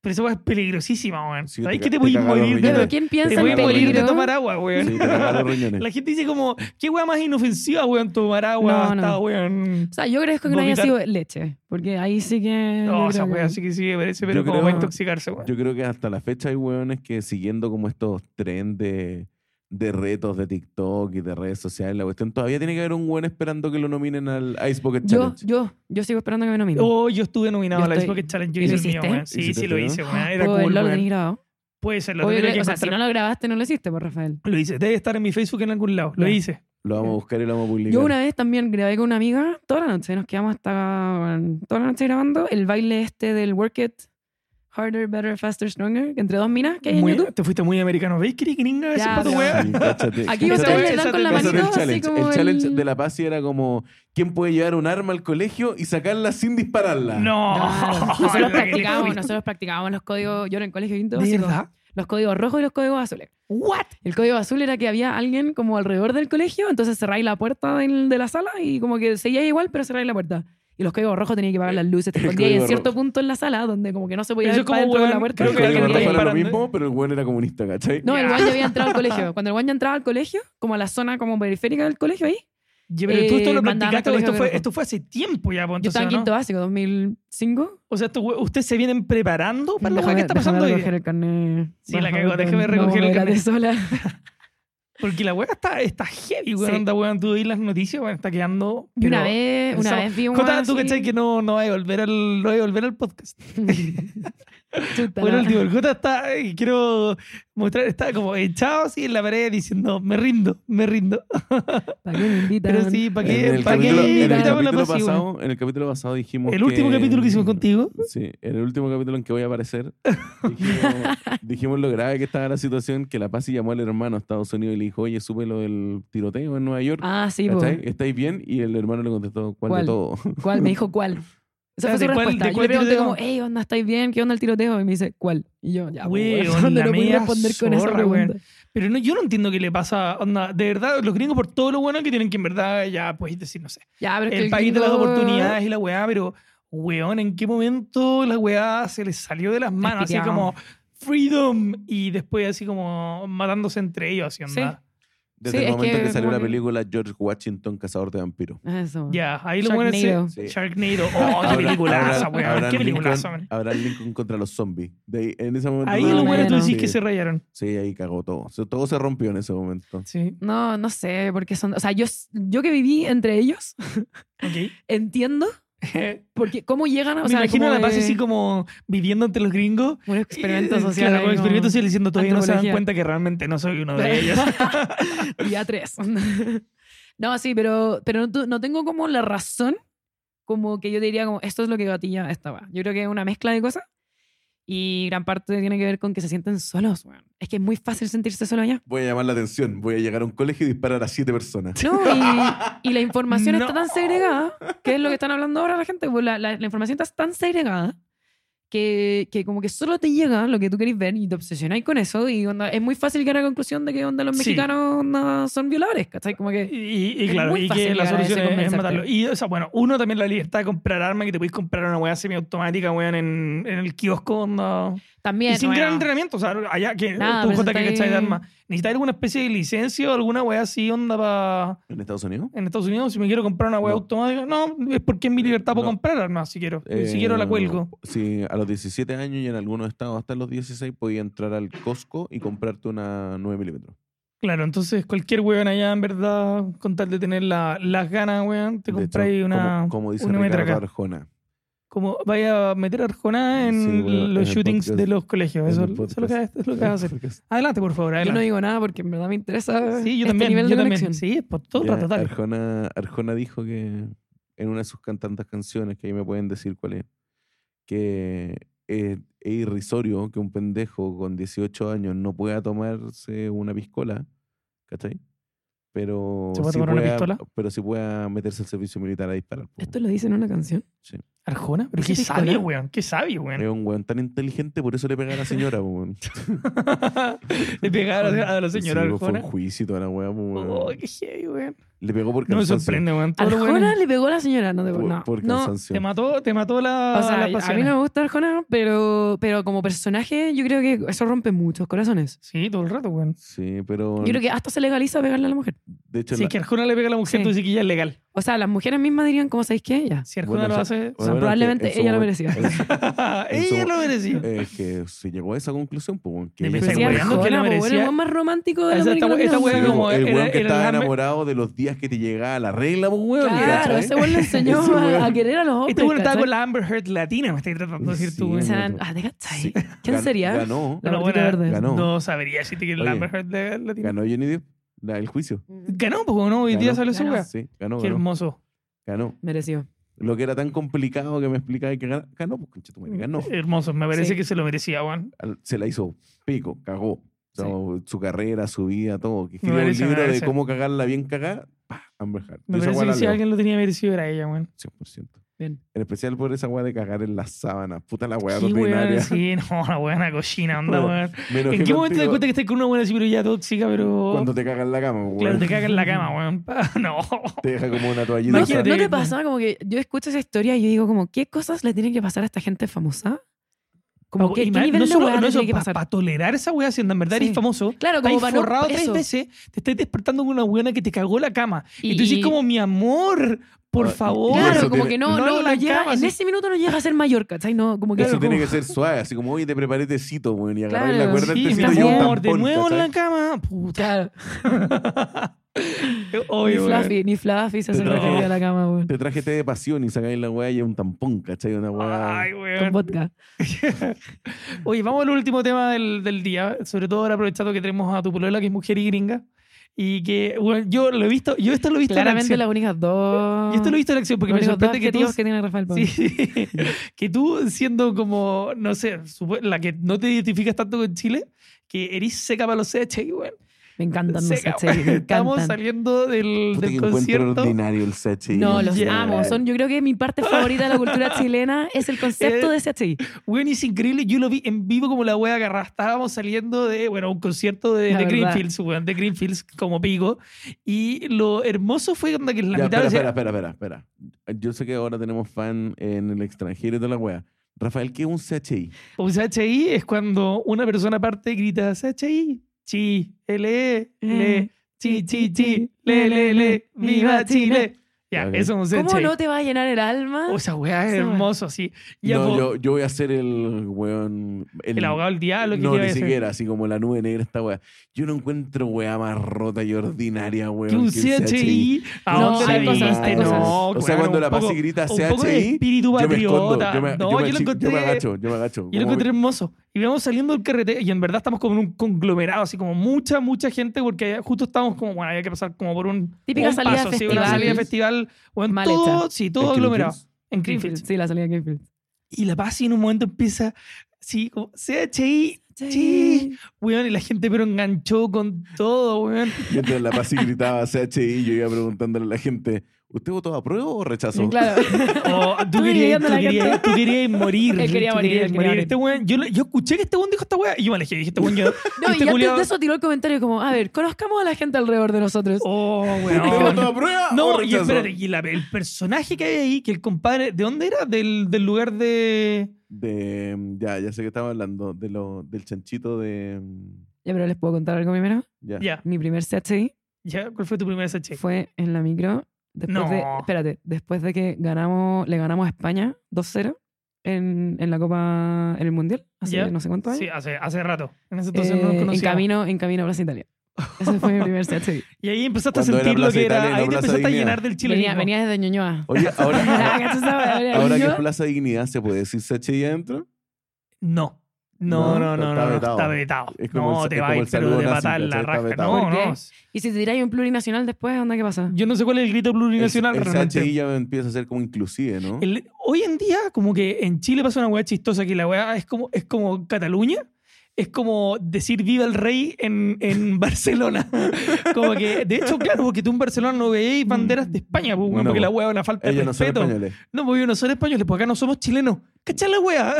S3: Pero esa weá es peligrosísima, weón.
S1: Sí,
S3: ¿Sabes
S1: te
S3: que
S1: ca-
S3: te
S1: te
S3: voy a
S1: caga los
S3: morir
S1: riñones.
S2: Pero
S3: de,
S2: ¿quién
S1: Te
S3: te
S2: piensa
S3: voy a
S2: en
S1: caga los
S3: morir de
S2: peligro?
S3: tomar agua, weón?
S1: Sí, te
S3: *laughs*
S1: cagaron los riñones.
S3: La gente dice como, qué weá más inofensiva, weón, tomar agua
S2: No, no.
S3: hasta, weón.
S2: O sea, yo agradezco que no haya
S3: Vomitar.
S2: sido leche, porque ahí sí que... yo
S3: No, esa
S2: creo que-
S3: weá sí que sí me parece, pero
S1: Yo
S3: como
S1: creo-
S3: para intoxicarse, weón.
S1: Yo creo que hasta la fecha hay hueones que siguiendo como estos trends de, de retos de TikTok y de redes sociales, la cuestión todavía tiene que haber un hueón esperando que lo nominen al Ice Bucket
S2: Yo,
S1: Challenge.
S2: yo, yo sigo esperando que me nominen.
S3: Oh, yo estuve nominado
S2: Yo
S3: a la
S2: estoy-
S3: Xbox Challenge. Yo
S2: ¿Y lo
S3: hice el mío,
S2: hiciste? Ah,
S3: weón. Sí,
S1: ¿Hiciste
S3: sí, lo
S1: tú, no?
S3: hice, weón.
S2: ¿Puedo
S3: Era cool,
S2: verlo? ¿Lo
S3: weón.
S2: tenéis grabado?
S3: Puede ser, lo
S2: Obvio
S3: tendría
S2: que-
S3: que
S2: o sea, si no
S3: encontrar.
S2: lo grabaste, no lo hiciste, por Rafael.
S3: Lo hice. Debe estar en mi Facebook en algún lado. Lo
S2: Ya.
S3: hice.
S1: Lo vamos a buscar y lo vamos a publicar.
S2: Yo una vez también grabé con una amiga toda la noche, nos quedamos hasta bueno, toda la noche grabando el baile este del Work It, Harder, Better, Faster, Stronger, entre dos minas que hay en
S3: Muy-
S2: YouTube.
S3: te fuiste muy americano. ¿Veis, qué gringa? Ese
S2: Ya,
S3: pato,
S2: pero-
S3: weón.
S1: Sí, cáchate,
S2: *laughs* Aquí
S1: cáchate.
S3: Esa-
S2: ustedes le
S3: esa
S2: dan con la
S3: te-
S1: Ese
S2: manito
S1: era el
S2: así
S1: challenge.
S2: como
S1: el challenge de la paz era como ¿quién puede llevar un arma al colegio y sacarla sin dispararla?
S3: No. *laughs*
S2: Claro. *laughs* Nosotros
S3: La que le
S2: practicábamos,
S3: fuiste.
S2: nosotros practicábamos los códigos, yo era en colegio quinto
S3: ¿De
S2: básico,
S3: verdad?
S2: los códigos rojos y los códigos azules.
S3: ¿What?
S2: El código azul era que había alguien como alrededor del colegio, entonces cerráis la puerta del- de la sala y como que seguíais igual, pero cerráis la puerta. Y los códigos rojos tenían que pagar las luces, te
S1: El
S2: escondíais en
S1: código
S2: cierto
S1: rojo.
S2: punto en la sala donde como que no se podía
S3: Eso
S2: ver
S3: es como,
S2: para dentro de la
S3: weón,
S2: puerta.
S3: creo
S1: el
S3: que
S2: porque
S1: código
S3: alguien
S1: rojo
S2: había-
S3: está
S1: era lo
S3: disparando.
S1: mismo, pero el hueón era comunista, ¿cachai?
S2: No, el
S3: Ya.
S2: guan
S3: *laughs*
S2: ya había entrado al colegio. Cuando el guan ya entraba al colegio, como a la zona como periférica del colegio ahí,
S3: Ya, pero tú esto
S2: Eh,
S3: lo
S2: mandaban a
S3: practicaste. Esto
S2: colegio
S3: fue,
S2: rojo.
S3: esto fue hace tiempo ya, pues,
S2: yo
S3: entonces,
S2: estaba en
S3: ¿no?
S2: quinto básico, 2005.
S3: O sea, estos we- ustedes se vienen preparando para la weá
S2: Déjame-
S3: que está
S2: déjame
S3: pasando hoy.
S2: recoger el carnet.
S3: Sí, la
S2: Baja,
S3: cagó,
S2: porque
S3: déjame
S2: no
S3: recoger el
S2: me la
S3: carnet.
S2: de
S3: *laughs*
S2: sola.
S3: Porque la weá está, está heavy, weón.
S2: Sí.
S3: Anda, weón, tú oís las noticias, weón, está quedando.
S2: Y una
S3: pero-
S2: vez, una
S3: pensaba-
S2: vez vi un
S3: Jota,
S2: guan
S3: tú
S2: así-
S3: cachai que no, no va a volver al, no va a volver al podcast.
S2: *laughs*
S3: *laughs*
S2: Chuta,
S3: Bueno,
S2: la-
S3: el tío, el Jota está, eh, quiero mostrar, está como echado así en la pared diciendo, me rindo, me rindo. *laughs*
S2: ¿Para qué me invitan?
S3: Pero sí, ¿para
S1: En
S3: qué?
S1: el
S3: ¿Para qué?
S1: capítulo- en el
S2: Invitamos
S3: invitamos la
S1: capítulo
S3: pasiva?
S1: pasado- en el capítulo pasado dijimos
S3: El último
S1: que-
S3: capítulo que hicimos contigo.
S1: Sí, en el último capítulo en que voy a
S3: *laughs*
S1: aparecer, dijimos, dijimos lo grave que estaba la situación, que La Paz llamó al hermano a Estados Unidos y le dijo, oye, supe lo del tiroteo en Nueva York.
S2: Ah, sí, po.
S1: ¿Cachai? ¿Estáis bien? Y el hermano le contestó, ¿cuál,
S2: ¿Cuál?
S1: de todo?
S2: ¿Cuál? Me dijo cuál. Esa
S3: Ah,
S2: fue
S3: ¿de
S2: su
S3: cuál-
S2: respuesta.
S3: de
S2: Yo
S3: cuál
S2: le pregunté
S3: tiroteo?
S2: como, hey, onda, ¿estáis bien? ¿Qué onda el tiroteo? Y me dice, ¿cuál? Y yo, ya, po,
S3: Weón,
S2: weón,
S3: la
S2: no puedo
S3: media
S2: responder con esa
S3: zorra,
S2: pregunta.
S3: Pero no, yo no entiendo qué le pasa. Onda, de verdad, los gringos por todo lo bueno que tienen que en verdad ya puedes decir, no sé.
S2: Ya, pero es que
S3: el país de las
S2: gringo-
S3: oportunidades y la weá, pero weón, ¿en qué momento la weá se les salió de las manos? Así
S2: piteado.
S3: como freedom y después así como matándose entre ellos, así
S2: Sí.
S3: onda.
S1: *laughs* Desde
S2: Sí,
S1: el
S2: es
S1: momento que,
S2: que
S1: salió
S2: como
S1: la
S2: que-
S1: película George Washington, Cazador de Vampiros.
S2: Eso.
S3: Ya, ahí lo bueno
S2: Sharknado.
S1: Sí.
S3: Sharknado. Oh, qué
S1: Abraham-
S3: peliculaza,
S1: Abraham-
S3: weón.
S1: Abraham
S3: Qué peliculaza,
S1: Lincoln-
S3: weón.
S1: Abraham Lincoln contra los zombies. De ahí- en ese momento.
S3: Ahí
S2: Más
S3: lo
S2: o
S3: bueno tú
S2: menos.
S3: decís que
S1: Sí.
S3: se rayaron.
S1: Sí, ahí cagó todo. O sea, todo se rompió en ese momento.
S3: Sí.
S2: No, no sé, porque son... O sea, yo, yo que viví entre ellos, *laughs*
S3: Ok.
S2: entiendo porque cómo llegan a... O
S3: Me
S2: sea,
S3: imagino a
S2: como
S3: la paz
S2: de-
S3: así como viviendo entre los gringos. *laughs*
S2: Un experimento
S3: Eh,
S2: social.
S3: Claro,
S2: ahí,
S3: un experimento
S2: como-
S3: social diciendo todavía no se dan
S2: antropología.
S3: cuenta que realmente no soy
S2: *laughs*
S3: uno de ellos.
S2: Día 3. *laughs* no, sí, pero, pero no, tu- no tengo como la razón como que yo diría como esto es lo que gatilla estaba. Yo creo que es una mezcla de cosas y gran parte tiene que ver con que se sienten solos, weón. Es que es muy fácil sentirse solo
S3: *laughs*
S2: allá.
S1: Voy a llamar la atención. Voy a llegar a un colegio y disparar a siete personas.
S2: No, y, y la información
S3: No.
S2: está tan segregada, que es lo que están hablando ahora la gente, pues, la, la- la información está tan segregada que, que como que solo te llega lo que tú querés ver y te obsesionáis con eso y onda, es muy fácil llegar a la conclusión de que onda, los
S3: Sí.
S2: mexicanos onda, son violadores, ¿cachai? Como que...
S3: Y, y
S2: Es
S3: claro,
S2: muy
S3: y que
S2: fácil
S3: la
S2: llegar a ese
S3: solución es- es,
S2: convencerte.
S3: matarlo. Y, o sea, bueno, uno también la libertad de comprar armas, que te puedes comprar una weá semiautomática, weón, en, en el kiosco, onda.
S2: También...
S3: y sin
S2: bueno,
S3: gran entrenamiento, o sea, allá que
S2: Nada,
S3: tú
S2: pero
S3: Jota,
S2: eso
S3: que
S2: está
S3: cachai de
S2: ahí.
S3: armas. ¿Necesitas alguna especie de licencia o alguna weá así, onda, para.
S1: ¿En Estados Unidos?
S3: En Estados Unidos, si me quiero comprar una weá
S1: No.
S3: automática, no, es porque es mi libertad para
S1: No.
S3: comprar armas, si quiero. si
S1: Eh,
S3: quiero la cuelgo.
S1: Sí, a los 17 años y en algunos estados hasta los 16 podías entrar al Costco y comprarte una 9 milímetros.
S3: Claro, entonces cualquier weón allá, en verdad, con tal de tener la- las ganas, weón, te
S1: De hecho,
S3: compráis una.
S1: Como, como dice
S3: una metraca.
S1: Ricardo Arjona.
S3: Como vaya a meter Arjona en
S1: Sí, bueno, en el
S3: los shootings
S1: podcast.
S3: de los colegios. Eso,
S1: En el
S3: eso es lo que, eso es lo que vas a
S1: *laughs*
S3: hacer.
S1: podcast.
S3: Adelante, por favor.
S2: Yo no
S3: Adelante.
S2: digo nada porque en verdad me interesa
S3: sí, yo
S2: este
S3: también.
S2: nivel de
S3: yo también.
S2: conexión.
S3: Sí, por todo
S1: Ya,
S3: rato, dale.
S1: Arjona, Arjona dijo que en una de sus can- tantas canciones, que ahí me pueden decir cuál es, que eh, es irrisorio que un pendejo con 18 años no pueda tomarse una piscola, ¿cachai? Pero
S3: ¿Se puede
S1: sí
S3: tomar una
S1: pueda-
S3: pistola?
S1: Pero si pueda meterse al servicio militar a disparar. po.
S2: Esto lo dice en una canción.
S3: Arjona, pero qué
S2: ¿Dice Piscola?
S3: sabio, weón. Qué sabio,
S1: Es
S3: weón.
S1: un weón tan inteligente, por eso le pega a la señora. po, weón.
S3: *laughs* Le pegaron a a *laughs* la señora
S1: Sí, po, Fue
S3: Arjona.
S1: un juicio y toda la weá, po, weón.
S3: Oh, qué heavy, weón.
S1: Le pegó por
S3: No me
S1: cansancio.
S3: sorprende, weón. Todo lo
S2: Arjona
S3: bueno.
S2: le pegó a la señora, no te
S1: Por,
S2: no.
S1: por
S2: no,
S1: cansancio.
S3: Te mató, te mató la,
S2: O sea,
S3: las
S2: a mí
S3: pasiones.
S2: no me gusta Arjona, pero, pero como personaje yo creo que eso rompe muchos corazones.
S3: Sí, todo el rato, weón.
S1: Sí, pero
S2: Yo creo que hasta se legaliza pegarle a la mujer.
S1: de hecho
S3: Si
S1: la-
S3: es que Arjona le pega a la mujer,
S2: Sí.
S3: tú dices que ya es legal.
S2: O sea, las mujeres mismas dirían, ¿cómo sabéis qué? Ella.
S3: Si Arjona
S1: Bueno,
S3: lo
S1: ya-
S3: hace...
S1: Bueno,
S2: O sea, probablemente
S1: es que en su
S2: ella lo
S1: momento-
S2: merecía.
S1: en su-
S3: *laughs*
S1: *laughs*
S3: Ella
S1: su-
S3: lo merecía. *laughs*
S1: eh, que se llegó a esa conclusión, pues, weón, que
S3: De
S1: ella
S3: pensar,
S1: se
S2: Sí,
S3: weón,
S1: merecía.
S3: que
S2: Arjona,
S3: lo
S2: po, bueno,
S3: merecía.
S2: el weón pues, más romántico de la
S3: Esa- esta-
S2: América
S3: esta
S2: Latina.
S3: weá
S1: Sí,
S3: como
S1: el
S3: era-
S1: weón que
S3: era
S1: estaba
S3: el-
S1: enamorado de los días que te llegaba la regla, pues, weón.
S2: Claro,
S1: ¿cachai?
S2: ese *laughs* weón le enseñó
S1: Ese weón-
S2: a, a querer a los hombres.
S3: Este bueno estaba
S2: ¿cachai?
S3: con la Amber Heard latina, me estoy tratando de decir tú,
S1: Sí,
S2: O
S3: weón.
S2: sea,
S1: weón.
S2: ah, de cachai.
S1: Sí.
S2: ¿Quién
S1: Gan-
S2: sería?
S1: Ganó,
S2: La gordita
S3: Una buena-
S2: verde.
S1: Ganó.
S3: No sabría si te quiere la
S1: Oye.
S3: Amber Heard de- latina.
S1: ganó Johnny Depp la- el juicio.
S3: Ganó, pues no, hoy día
S1: Ganó.
S3: sale su
S2: Ganó.
S3: weá.
S1: Sí, ganó,
S3: Qué
S1: ganó,
S3: hermoso.
S1: ganó.
S2: Mereció.
S1: Lo que era tan complicado que me explicaba que gan- ganó, pues, conchetumare, ganó.
S3: Hermoso, me parece
S2: Sí.
S3: que se lo merecía, Juan.
S1: Al- Se la hizo pico, cagó. O sea, Su carrera, su vida, todo. Que escribió
S3: merece, me
S1: un libro de
S3: merece.
S1: cómo cagarla bien cagada. pa, Amber Heard.
S3: Me
S1: Yo esa
S3: parece
S1: weá la
S3: que si
S1: leo,
S3: alguien lo tenía merecido era ella, weón.
S1: 100%.
S2: Bien.
S1: En especial por esa weá de cagar en las sábanas. Puta la weá
S3: Sí, weón,
S1: ordinaria.
S3: sí, *laughs* no, la buena cochina, onda,
S1: Bueno,
S3: weón.
S1: Me enojé
S3: ¿En qué momento te das
S1: contigo
S3: cuenta que estás con una buena así, pero ya tóxica, pero.
S1: Cuando te cagan la cama, weón.
S3: Claro, te
S1: te...
S3: cagas en la cama, weón. *laughs* Pa- No.
S1: *laughs* deja como una toallita.
S2: No,
S1: o sea,
S3: Imagínate.
S2: ¿No te pasa como que yo escucho esa historia y yo digo como, ¿qué cosas le tienen que pasar a esta gente famosa? Como, ¿qué,
S3: Y
S2: qué
S3: más-
S2: nivel
S3: no
S2: de
S3: solo-
S2: weá
S3: no
S2: le
S3: eso,
S2: tiene que
S3: para
S2: pasar?
S3: tolerar esa weá, si en verdad eres
S2: Sí.
S3: famoso,
S2: Claro, como
S3: Estáis
S2: para no-
S3: forrado tres
S2: eso.
S3: veces, te estás despertando con una buena que te cagó la cama. Y,
S2: Y-
S3: tú dices
S2: y-
S3: como, mi amor, por
S1: Ah, y-
S3: favor.
S1: eso
S2: Claro, como
S1: tiene-
S2: que no,
S3: no
S2: no,
S3: lo
S2: no
S3: arrancaba,
S2: llega, en
S3: así.
S2: ese minuto no llega a ser mayor, ¿cachai? No, como que
S1: Eso tiene
S3: *laughs*
S2: como-
S1: que ser suave, así como hoy te preparé tecito, weón, y agarré la
S2: Claro,
S1: cuerda del
S3: Sí, mi
S1: tecito y un
S3: amor, de
S1: tampón,
S3: nuevo en la
S1: ¿cachai?
S3: cama. Puta.
S2: Claro, ni
S3: Obvio, weón.
S2: Fluffy, ni Fluffy se hace
S1: No.
S2: referir a la cama, weón.
S1: Te traje té de pasión y sacáis la weá y es un tampón, ¿cachai? Una weá.
S3: Ay,
S2: Con
S3: weón.
S2: vodka.
S3: Oye, vamos al último tema del, del día. Sobre todo ahora aprovechando que tenemos a tu polola, que es mujer y gringa. Y que, bueno, yo lo he visto, yo esto lo he visto en
S2: Claramente
S3: acción.
S2: las únicas dos.
S3: Yo esto lo he visto en acción porque
S2: los
S3: me
S2: únicos dos
S3: sorprende que tú
S2: adjetivos que tiene Rafael Pablo.
S3: Sí. *laughs* que tú siendo como, no sé, supo- la que no te identificas tanto con Chile, que eres seca para los CHI, weón.
S2: Me encantan, no sé,
S3: Seca,
S2: che,
S3: weón.
S2: me
S3: *laughs* Estamos
S2: encantan.
S3: saliendo del,
S1: Puta
S3: del
S1: que encuentro
S3: concierto.
S1: ordinario el seche.
S2: No, los
S3: Yeah.
S2: amo. Son, yo creo que mi parte favorita de la cultura chilena es el concepto
S3: *laughs*
S2: de CHI.
S3: Weón, es increíble. Yo lo vi en vivo como la wea que Estábamos saliendo de, bueno, un concierto de,
S2: La
S3: de
S2: verdad.
S3: Greenfields, weón, de Greenfields como pico. Y lo hermoso fue cuando que en la
S1: Ya,
S3: mitad
S1: espera,
S3: o sea,
S1: espera, espera, espera, espera. Yo sé que ahora tenemos fan en el extranjero y toda la weá. Rafael, ¿qué es un CHI?
S3: Un CHI "Pues, es cuando una persona aparte grita CHI, chi, le,
S2: Mm.
S3: le, chi, chi, chi, le, le, le, viva Chile. Ya,
S1: Ok.
S3: eso es un
S2: ¿Cómo
S3: CHI.
S2: no te va a llenar el alma?
S3: O esa weá es
S2: Esa weá.
S3: hermoso así. Ya,
S1: no,
S3: po,
S1: yo, yo voy a ser el weón.
S3: el abogado del diablo que
S1: no,
S3: iba a
S1: ni
S3: decir.
S1: siquiera, así como la nube negra esta weá. Yo no encuentro weá más rota y ordinaria, weón.
S3: Que un
S1: que un
S3: CHI. ¿A
S2: No,
S3: dónde la
S2: hay cosas, hay
S3: viste?
S2: cosas.
S3: Ah, No,
S1: o sea,
S3: claro,
S1: cuando
S3: un
S1: la
S3: poco-
S1: pase y grita
S3: un poco de
S1: CHI,
S3: espíritu
S1: yo me escondo,
S3: patriota.
S1: yo me,
S3: no,
S1: yo me
S3: yo lo
S1: chi- yo me
S3: encontré-
S1: agacho, yo me agacho.
S3: Yo lo
S1: Como-
S3: encontré hermoso. Y vamos saliendo del carrete y en verdad estamos como en un conglomerado, así como mucha, mucha gente, porque justo estábamos como, bueno, había que pasar como por un.
S2: Típica
S3: un
S2: salida de
S3: sí, una
S1: festival.
S3: salida de festival. Bueno,
S2: Mal
S3: todo,
S2: hecha.
S3: sí,
S1: Es
S3: todo
S1: que
S3: aglomerado.
S1: los
S3: En
S2: Greenfield,
S3: Greenfield.
S2: Sí, la salida de Greenfield.
S3: Y la paz y en un momento empieza, sí, como CHI, Sí. weón, y la gente pero enganchó con todo, weón.
S1: Mientras la Pasi gritaba CHI, yo iba preguntándole a la gente, ¿Usted votó a prueba o rechazo?
S2: *laughs*
S4: Claro. *laughs*
S3: O tú,
S4: Tú
S3: querías,
S4: viviendo
S3: tú,
S4: la
S3: querías, tú querías
S4: *laughs*
S3: morir.
S4: Él quería
S3: tú
S4: morir,
S3: querías
S4: él quería morir.
S3: Este weón, yo, lo- yo escuché que este weón dijo esta weá y yo me alejé. Dije, este weón yo.
S4: No,
S3: este
S4: y antes
S3: culiao-
S4: de eso pues, tiró el comentario como, a ver, conozcamos a la gente alrededor de nosotros.
S3: Oh,
S4: *laughs*
S1: ¿Usted
S3: weón.
S1: votó a prueba o
S3: No, y
S1: rechazo?
S3: espérate, y la- el personaje que hay ahí, que el compadre, ¿de dónde era? Del, del lugar de.
S1: De, mm, ya, ya sé que estaba hablando de lo, del chanchito de... mm,
S2: Ya, pero les puedo contar algo primero.
S1: Ya.
S3: Ya,
S2: Mi primer CHI
S3: ya, ¿cuál fue tu primer SH?
S2: fue en la micro. Después
S3: No.
S2: de, espérate, después de que ganamos, le ganamos a España 2-0 en, en la Copa, en el Mundial, hace
S3: Ya.
S2: no sé cuántos
S3: Sí,
S2: años.
S3: hace, hace rato. En ese entonces
S2: Eh,
S3: no nos
S2: en,
S3: conocíamos.
S2: camino, en camino a Plaza Italia. Ese fue mi primer *laughs* CHI.
S3: Y ahí empezaste a
S1: Cuando era
S3: sentir lo
S1: Plaza
S3: que era.
S1: Italia y no
S3: ahí te
S1: Plaza
S3: empezaste a
S1: Dignidad.
S3: llenar del chile.
S4: Venía, venía desde
S2: *laughs*
S4: Ñuñoa.
S3: *laughs*
S1: Oye,
S4: Ah,
S1: ahora,
S4: ¿cachai esa wea? Venía desde
S1: ahora que
S4: Ñuñoa.
S1: es Plaza Dignidad, ¿se puede decir CHI adentro?
S3: No. No,
S1: No,
S3: no, no, no,
S1: está
S3: no,
S1: vetado.
S3: está vetado.
S1: Es como
S3: No,
S1: el-
S3: te
S1: es
S3: va a
S1: como
S3: ir,
S1: el
S3: pero
S1: saludo
S3: de
S1: nazi,
S3: patada en la
S1: ¿cachai? Está
S3: raja.
S1: vetado.
S3: No,
S2: ¿Por qué?
S3: no.
S2: Y si te tiráis un plurinacional después, ¿onda qué
S3: *laughs*
S2: pasa?
S3: Yo no sé cuál es el grito plurinacional
S1: el, el
S3: realmente.
S1: CHI ya empieza a ser como inclusive, ¿no?
S3: El- hoy en día, como que en Chile pasa una weá chistosa que la weá es como, es como Cataluña. Es como decir viva el rey en, en *laughs* Barcelona. Como que, de hecho, claro, porque tú en Barcelona no veis banderas de España, pues, weón,
S1: Mm. No,
S3: porque la
S1: pues.
S3: weá es una falta de
S1: Ellos no son
S3: respeto.
S1: españoles.
S3: no, porque no son españoles, porque acá no somos chilenos. ¿Cachai la weá?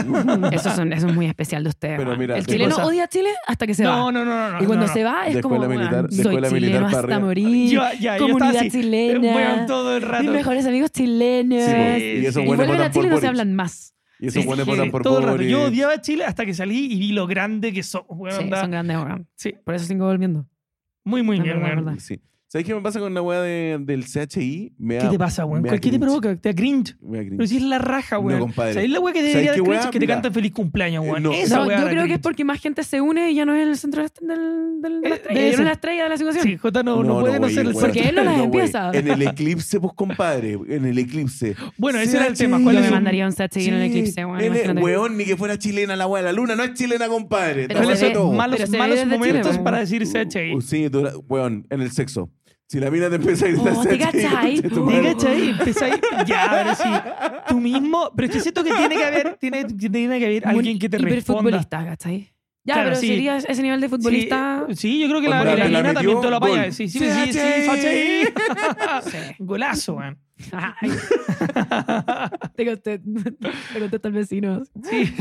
S2: Eso, son- eso es muy especial de ustedes.
S1: Pero
S2: man.
S1: mira,
S2: el
S1: ¿qué
S2: chileno
S3: cosa?
S2: odia a Chile hasta que se va.
S3: *laughs* No, no, no, no, no.
S2: y cuando
S3: no, no.
S2: se va es
S1: De
S2: como
S1: escuela
S2: weón,
S1: militar- de
S2: soy
S1: escuela militar
S2: chileno
S1: para
S2: hasta
S1: arriba".
S2: morir
S3: Yo- ya, yo estaba
S2: comunidad
S3: así, eh,
S2: chilena
S3: weón, todo el rato.
S2: mis mejores amigos chilenos
S1: Sí, pues,
S2: y
S1: y esos buenos
S2: vuelven a
S1: votan por
S2: Chile y no se
S1: Boric.
S2: hablan más
S1: Y
S3: Sí,
S1: esos buenos
S3: sí,
S1: votan
S3: sí,
S1: por
S3: todo el rato. Yo
S1: Boric.
S3: odiaba Chile hasta que salí y vi lo grande que son. weón,
S2: sí,
S3: onda.
S2: son grandes weón.
S3: Sí.
S2: por eso sigo volviendo
S3: Muy, muy
S2: Es
S3: bien,
S2: verdad,
S3: weón.
S2: verdad.
S1: Sí. ¿Sabes qué me pasa con la weá de- del CHI? Me
S3: ¿Qué
S1: da-
S3: te pasa, weón?
S1: me da
S3: ¿Qué te
S1: cringe.
S3: provoca? Te da cringe.
S1: Me da cringe.
S3: Pero si es la raja,
S1: No,
S3: weón.
S1: compadre.
S3: ¿Sabéis la weá que debería
S1: ¿Sabéis
S3: dar
S1: qué
S3: cringe?
S1: weá?
S3: que te
S1: Mira.
S3: cantan feliz cumpleaños, weón.
S1: Eh, no.
S3: Esa
S2: no,
S3: weá
S2: yo creo
S3: da
S2: que es
S3: cringe.
S2: porque más gente se une y ya no es el centro del- del- del- de la
S3: Eh,
S2: estrella ya
S3: debe
S2: no
S3: ser.
S2: es la estrella de la situación
S3: Sí, Jota no, no puede no
S1: güey,
S3: ser el
S1: güey.
S4: Porque
S1: *laughs*
S4: él no las
S1: güey.
S4: empieza.
S1: En el eclipse, pues, compadre. En el eclipse.
S3: Bueno, ese era el
S1: Sí,
S3: tema.
S1: sí.
S3: ¿Cuál
S2: yo
S3: es
S2: me
S3: el-
S2: mandaría un satchel en el eclipse weón,
S1: él es-
S2: imagínate.
S1: weón, ni que fuera chilena la weá de la luna. No es chilena, compadre.
S2: Pero
S1: Todo
S3: ¿Cuáles
S2: se
S1: eso
S2: ve-
S1: todo.
S3: son malos,
S2: pero se ve
S3: malos
S2: desde Chile,
S3: momentos
S2: weón.
S3: para decir CHI?
S1: Uh, Sí, dura- weón, en el sexo. Si la mina te empieza a gritar
S2: Oh,
S1: CHI,
S2: ¿te cachai?
S1: conche tu
S3: Te
S1: madre.
S3: cachai, empezáis. Ya, pero sí. Tú mismo. Pero es que siento que tiene que haber, tiene, tiene que haber alguien que te responda.
S2: hiperfutbolista ¿cachai? ya
S3: Claro,
S2: pero
S3: sí.
S2: sería ese nivel de futbolista
S3: Sí, sí, yo creo que la
S1: Cuando la- te la
S3: adrenalina también
S1: metió,
S3: te lo apaga.
S1: gol.
S3: Sí, sí, sí, sí,
S1: CHI.
S3: CHI. *laughs* Golazo, weón.
S2: *laughs* Ay,
S3: *laughs*
S4: Te conté, te conté al vecino.
S3: Sí.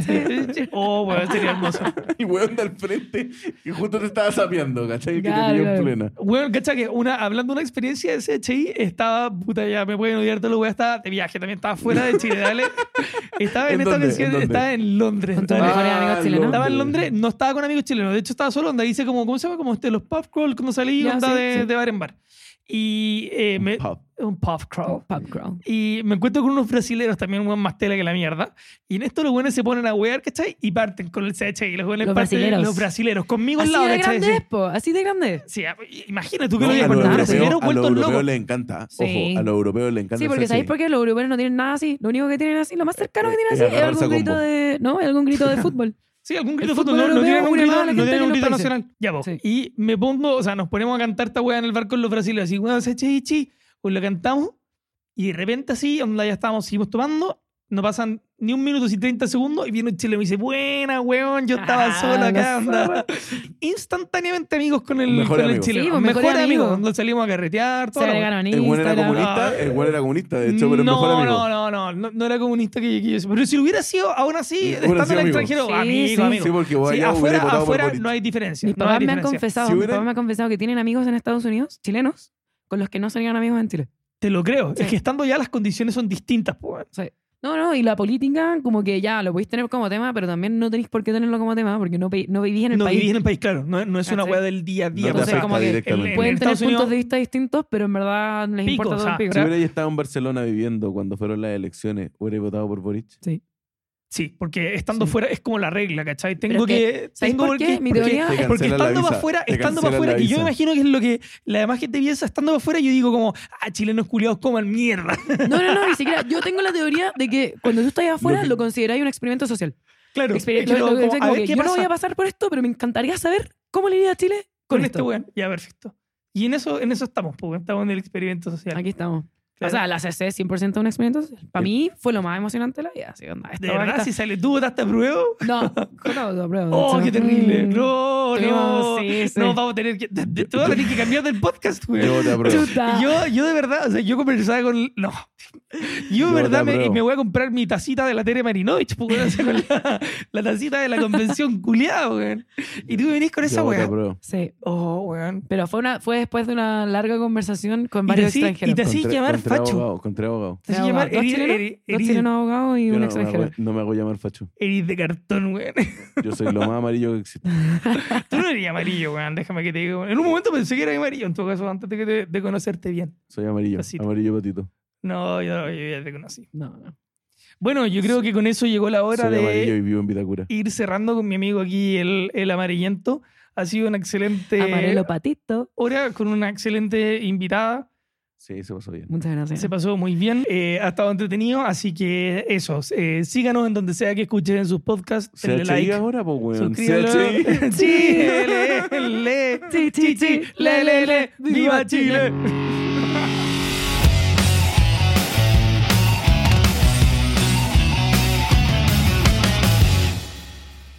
S3: Oh, weón, sería hermoso.
S1: *laughs* Y weón del frente, que justo te estaba sapeando, ¿cachai? Que
S4: Claro,
S1: te pilló
S4: claro.
S1: en plena.
S3: Bueno, cacha que una, hablando de una experiencia de CHI, estaba, puta, ya me pueden odiar todo lo weá, estaba de viaje, también estaba fuera de Chile, dale. Estaba en,
S1: ¿En
S3: esta
S1: dónde?
S3: ocasión,
S1: ¿En dónde?
S3: estaba en Londres,
S2: Con tu
S3: dale.
S2: mejor- mejores amigos chilenos.
S3: Estaba en Londres, no estaba con amigos chilenos, de hecho estaba solo, onda, hice como, ¿cómo se llama? Como este, los pub crawl, cuando salí,
S2: Ya,
S3: onda
S2: sí,
S3: de,
S2: sí.
S3: de bar en bar. Y eh, me,
S1: Pub.
S3: un pub crawl.
S2: Oh, pop crawl
S3: Y me encuentro con unos brasileros también, weón, más tela que la mierda. Y en esto los buenos se ponen a wear, ¿cachai? Y parten con el CHI. Los buenos
S4: Los
S3: parten,
S4: brasileros.
S3: Los brasileros, conmigo al
S2: así
S3: lado,
S2: de
S3: ¿cachai?
S2: grande es po así de grande
S3: Sí, sí, imagina tú
S1: No,
S3: que lo
S1: a
S3: digas
S1: los
S3: por
S2: importante.
S1: europeos-
S3: brasileros
S1: a los
S3: vueltos
S1: europeos
S3: locos.
S1: les encanta.
S2: Sí.
S1: Ojo, a los europeos les encanta.
S2: Sí,
S1: el
S2: porque sabéis
S1: CHI.
S2: por qué los europeos no tienen nada así. Lo único que tienen así, lo más cercano que tienen
S1: es
S2: así, es
S1: Eh, agarrarse
S2: algún
S1: a
S2: grito
S1: combo.
S2: de. No, es algún grito
S3: *laughs*
S2: de fútbol.
S3: Sí, algún grito
S2: El
S3: de fútbol.
S2: fútbol
S3: No, no
S2: europeo
S3: tienen un
S2: une más
S3: grito,
S2: a la
S3: no
S2: gente
S3: tienen
S2: que
S3: un
S2: los
S3: grito
S2: países.
S3: nacional. Ya, vos.
S2: Sí.
S3: Y me pongo, o sea, nos ponemos a cantar esta weá en el bar con los brasileños. Así, weón, se chi, chi. Pues lo cantamos. Y de repente así, onda, ya estábamos, seguimos tomando. No pasan ni un minuto y 30 segundos. Y viene un chile y me dice, buena, weón, yo estaba
S2: Ah,
S3: solo acá,
S2: no
S3: onda. Instantáneamente amigos con el,
S1: Mejor
S3: con el
S1: amigo.
S3: chileno.
S2: Sí, pues, mejor amigo.
S3: Nos salimos a carretear, todo.
S2: Se
S3: la weá.
S2: agregaron
S1: El buen era
S2: Instagram.
S1: comunista, el buen era comunista, de hecho, pero el
S3: no,
S1: mejor amigo.
S3: no, no, no, no, no era comunista que, que yo Pero si lo hubiera sido, aún así,
S1: Hubiera
S3: estando en
S1: sido
S3: el
S1: amigo.
S3: extranjero,
S2: Sí,
S3: amigo,
S2: sí.
S3: amigo.
S1: Sí, porque vos
S3: Sí,
S1: allá hubiera
S3: afuera,
S1: votado por
S3: afuera
S1: Boric.
S3: no hay diferencia.
S2: Mis
S3: no hay
S2: papás me han
S3: diferencia.
S2: confesado,
S1: Si
S2: mis
S1: hubiera-
S2: papás me han confesado que tienen amigos en Estados Unidos, chilenos, con los que no serían amigos en Chile.
S3: Te lo creo.
S2: Sí.
S3: Es que estando ya las condiciones son distintas. po, weón.
S2: No, no, y la política, como que ya lo podéis tener como tema, pero también no tenéis por qué tenerlo como tema, porque no, pe- no vivís en el
S3: no
S2: país.
S3: vivís en el país, claro. No, no es una
S2: ¿Cachai?
S3: weá del día a
S1: No
S3: día.
S1: te
S3: po, o sea,
S1: afecta
S2: como que
S1: directamente.
S3: en- en
S2: Pueden tener
S3: Estados Unidos-
S2: puntos de vista distintos, pero en verdad les
S3: Pico,
S2: importa
S3: o
S2: todo
S3: sea,
S2: el pico.
S1: Si hubiera estado en Barcelona viviendo cuando fueron las elecciones, ¿hubiera votado por Boric?
S3: Sí, porque estando
S2: Sí.
S3: fuera es como la regla, ¿cachai?
S2: Pero
S3: Tengo
S2: es que,
S3: que.
S2: ¿sabéis
S3: Tengo
S2: por qué?
S3: porque-
S2: Mi
S3: porque-
S2: teoría-
S1: Te
S3: Porque
S1: cancelan la
S3: estando para
S1: visa,
S3: afuera,
S1: te
S3: estando para
S1: cancelan la
S3: afuera, y yo
S1: visa.
S3: me imagino que es lo que la demás gente piensa, estando para afuera, yo digo como, ah, chilenos culiados coman mierda. *laughs*
S2: No, no, no, ni siquiera. Yo tengo la teoría de que cuando tú estás afuera
S1: Lo
S2: lo,
S1: que-
S2: consideráis un experimento social.
S3: Claro.
S2: Exper-
S3: es
S2: lo-
S3: que
S2: lo-
S3: como,
S2: como
S3: a
S2: que
S3: ver qué
S2: yo no
S3: pasa.
S2: voy a pasar por esto, pero me encantaría saber cómo le iría a Chile con,
S3: con
S2: esto.
S3: este weón. Ya, perfecto. Y en eso, en eso estamos, pues, weón. estamos en el experimento social.
S2: Aquí estamos.
S3: Claro.
S2: O sea, la CC es 100% un experimento social. Para mí fue lo más emocionante de la vida. así, onda, esta
S3: de
S2: weá
S3: verdad,
S2: que *laughs*
S3: si sale tú, votaste a prueba.
S2: está- No, Jota, Jota, bro,
S3: Oh,
S2: se-
S3: qué terrible.
S2: Mm.
S3: No, no,
S2: No, sí, sí.
S3: no vamos a tener que, te, te- te voy a tener que cambiar del podcast, güey.
S1: Yo te apruebo.
S4: Chuta.
S3: Yo, yo de verdad, o sea, yo conversaba con. No. Yo de
S1: No,
S3: verdad
S1: te
S3: me,
S1: apruebo.
S3: me voy a comprar mi tacita de la Tere Marinovich, pues, weón, o sea, con
S2: *laughs*
S3: la, la tacita de la convención culiada, weón. Y tú venís con esa
S1: Yo te
S3: weá.
S1: apruebo.
S2: Sí.
S3: Oh, weón.
S2: Pero fue, una, fue después de una larga conversación con
S3: Y te
S2: varios
S3: así- y
S2: extranjeros.
S3: te así
S1: Contra-
S3: llamar
S1: contra
S3: facho.
S1: abogado, contra abogado.
S3: Te
S2: Tres
S3: hace llamar
S2: abogados,
S3: eri-
S2: dos chilenos,
S3: eri-
S2: dos
S3: eri-
S2: chilenos abogados y
S1: Yo
S2: un
S1: no, me
S2: extranjero.
S1: hago, no me hago llamar facho.
S3: eri de cartón, weón.
S1: Yo soy lo más amarillo que existe.
S3: Tú no eres amarillo, weón. Déjame que te diga. weón. En un momento pensé que era amarillo, en todo caso, antes de, que te- de conocerte bien.
S1: Soy amarillo.
S3: Pasito.
S1: Amarillo patito.
S3: No, yo, yo ya te conocí.
S2: No, no.
S3: Bueno, yo creo que con eso llegó la hora
S1: soy amarillo
S3: de
S1: y vivo en Vitacura.
S3: ir cerrando con mi amigo aquí, el, el amarillento. Ha sido una excelente
S2: Amarelo Patito.
S3: hora con una excelente invitada.
S1: Sí, se pasó bien.
S2: Muchas gracias.
S3: Se pasó muy bien, eh, ha estado entretenido, así que eso, eh, síganos en donde sea que escuchen sus podcasts,
S1: ¿Se
S3: denle like,
S1: ahora, pues, weón?
S3: suscríbelo.
S1: CHI.
S3: *laughs* Sí, le, le,
S2: Sí, sí,
S3: sí,
S2: sí.
S3: le, le, le, viva Chile.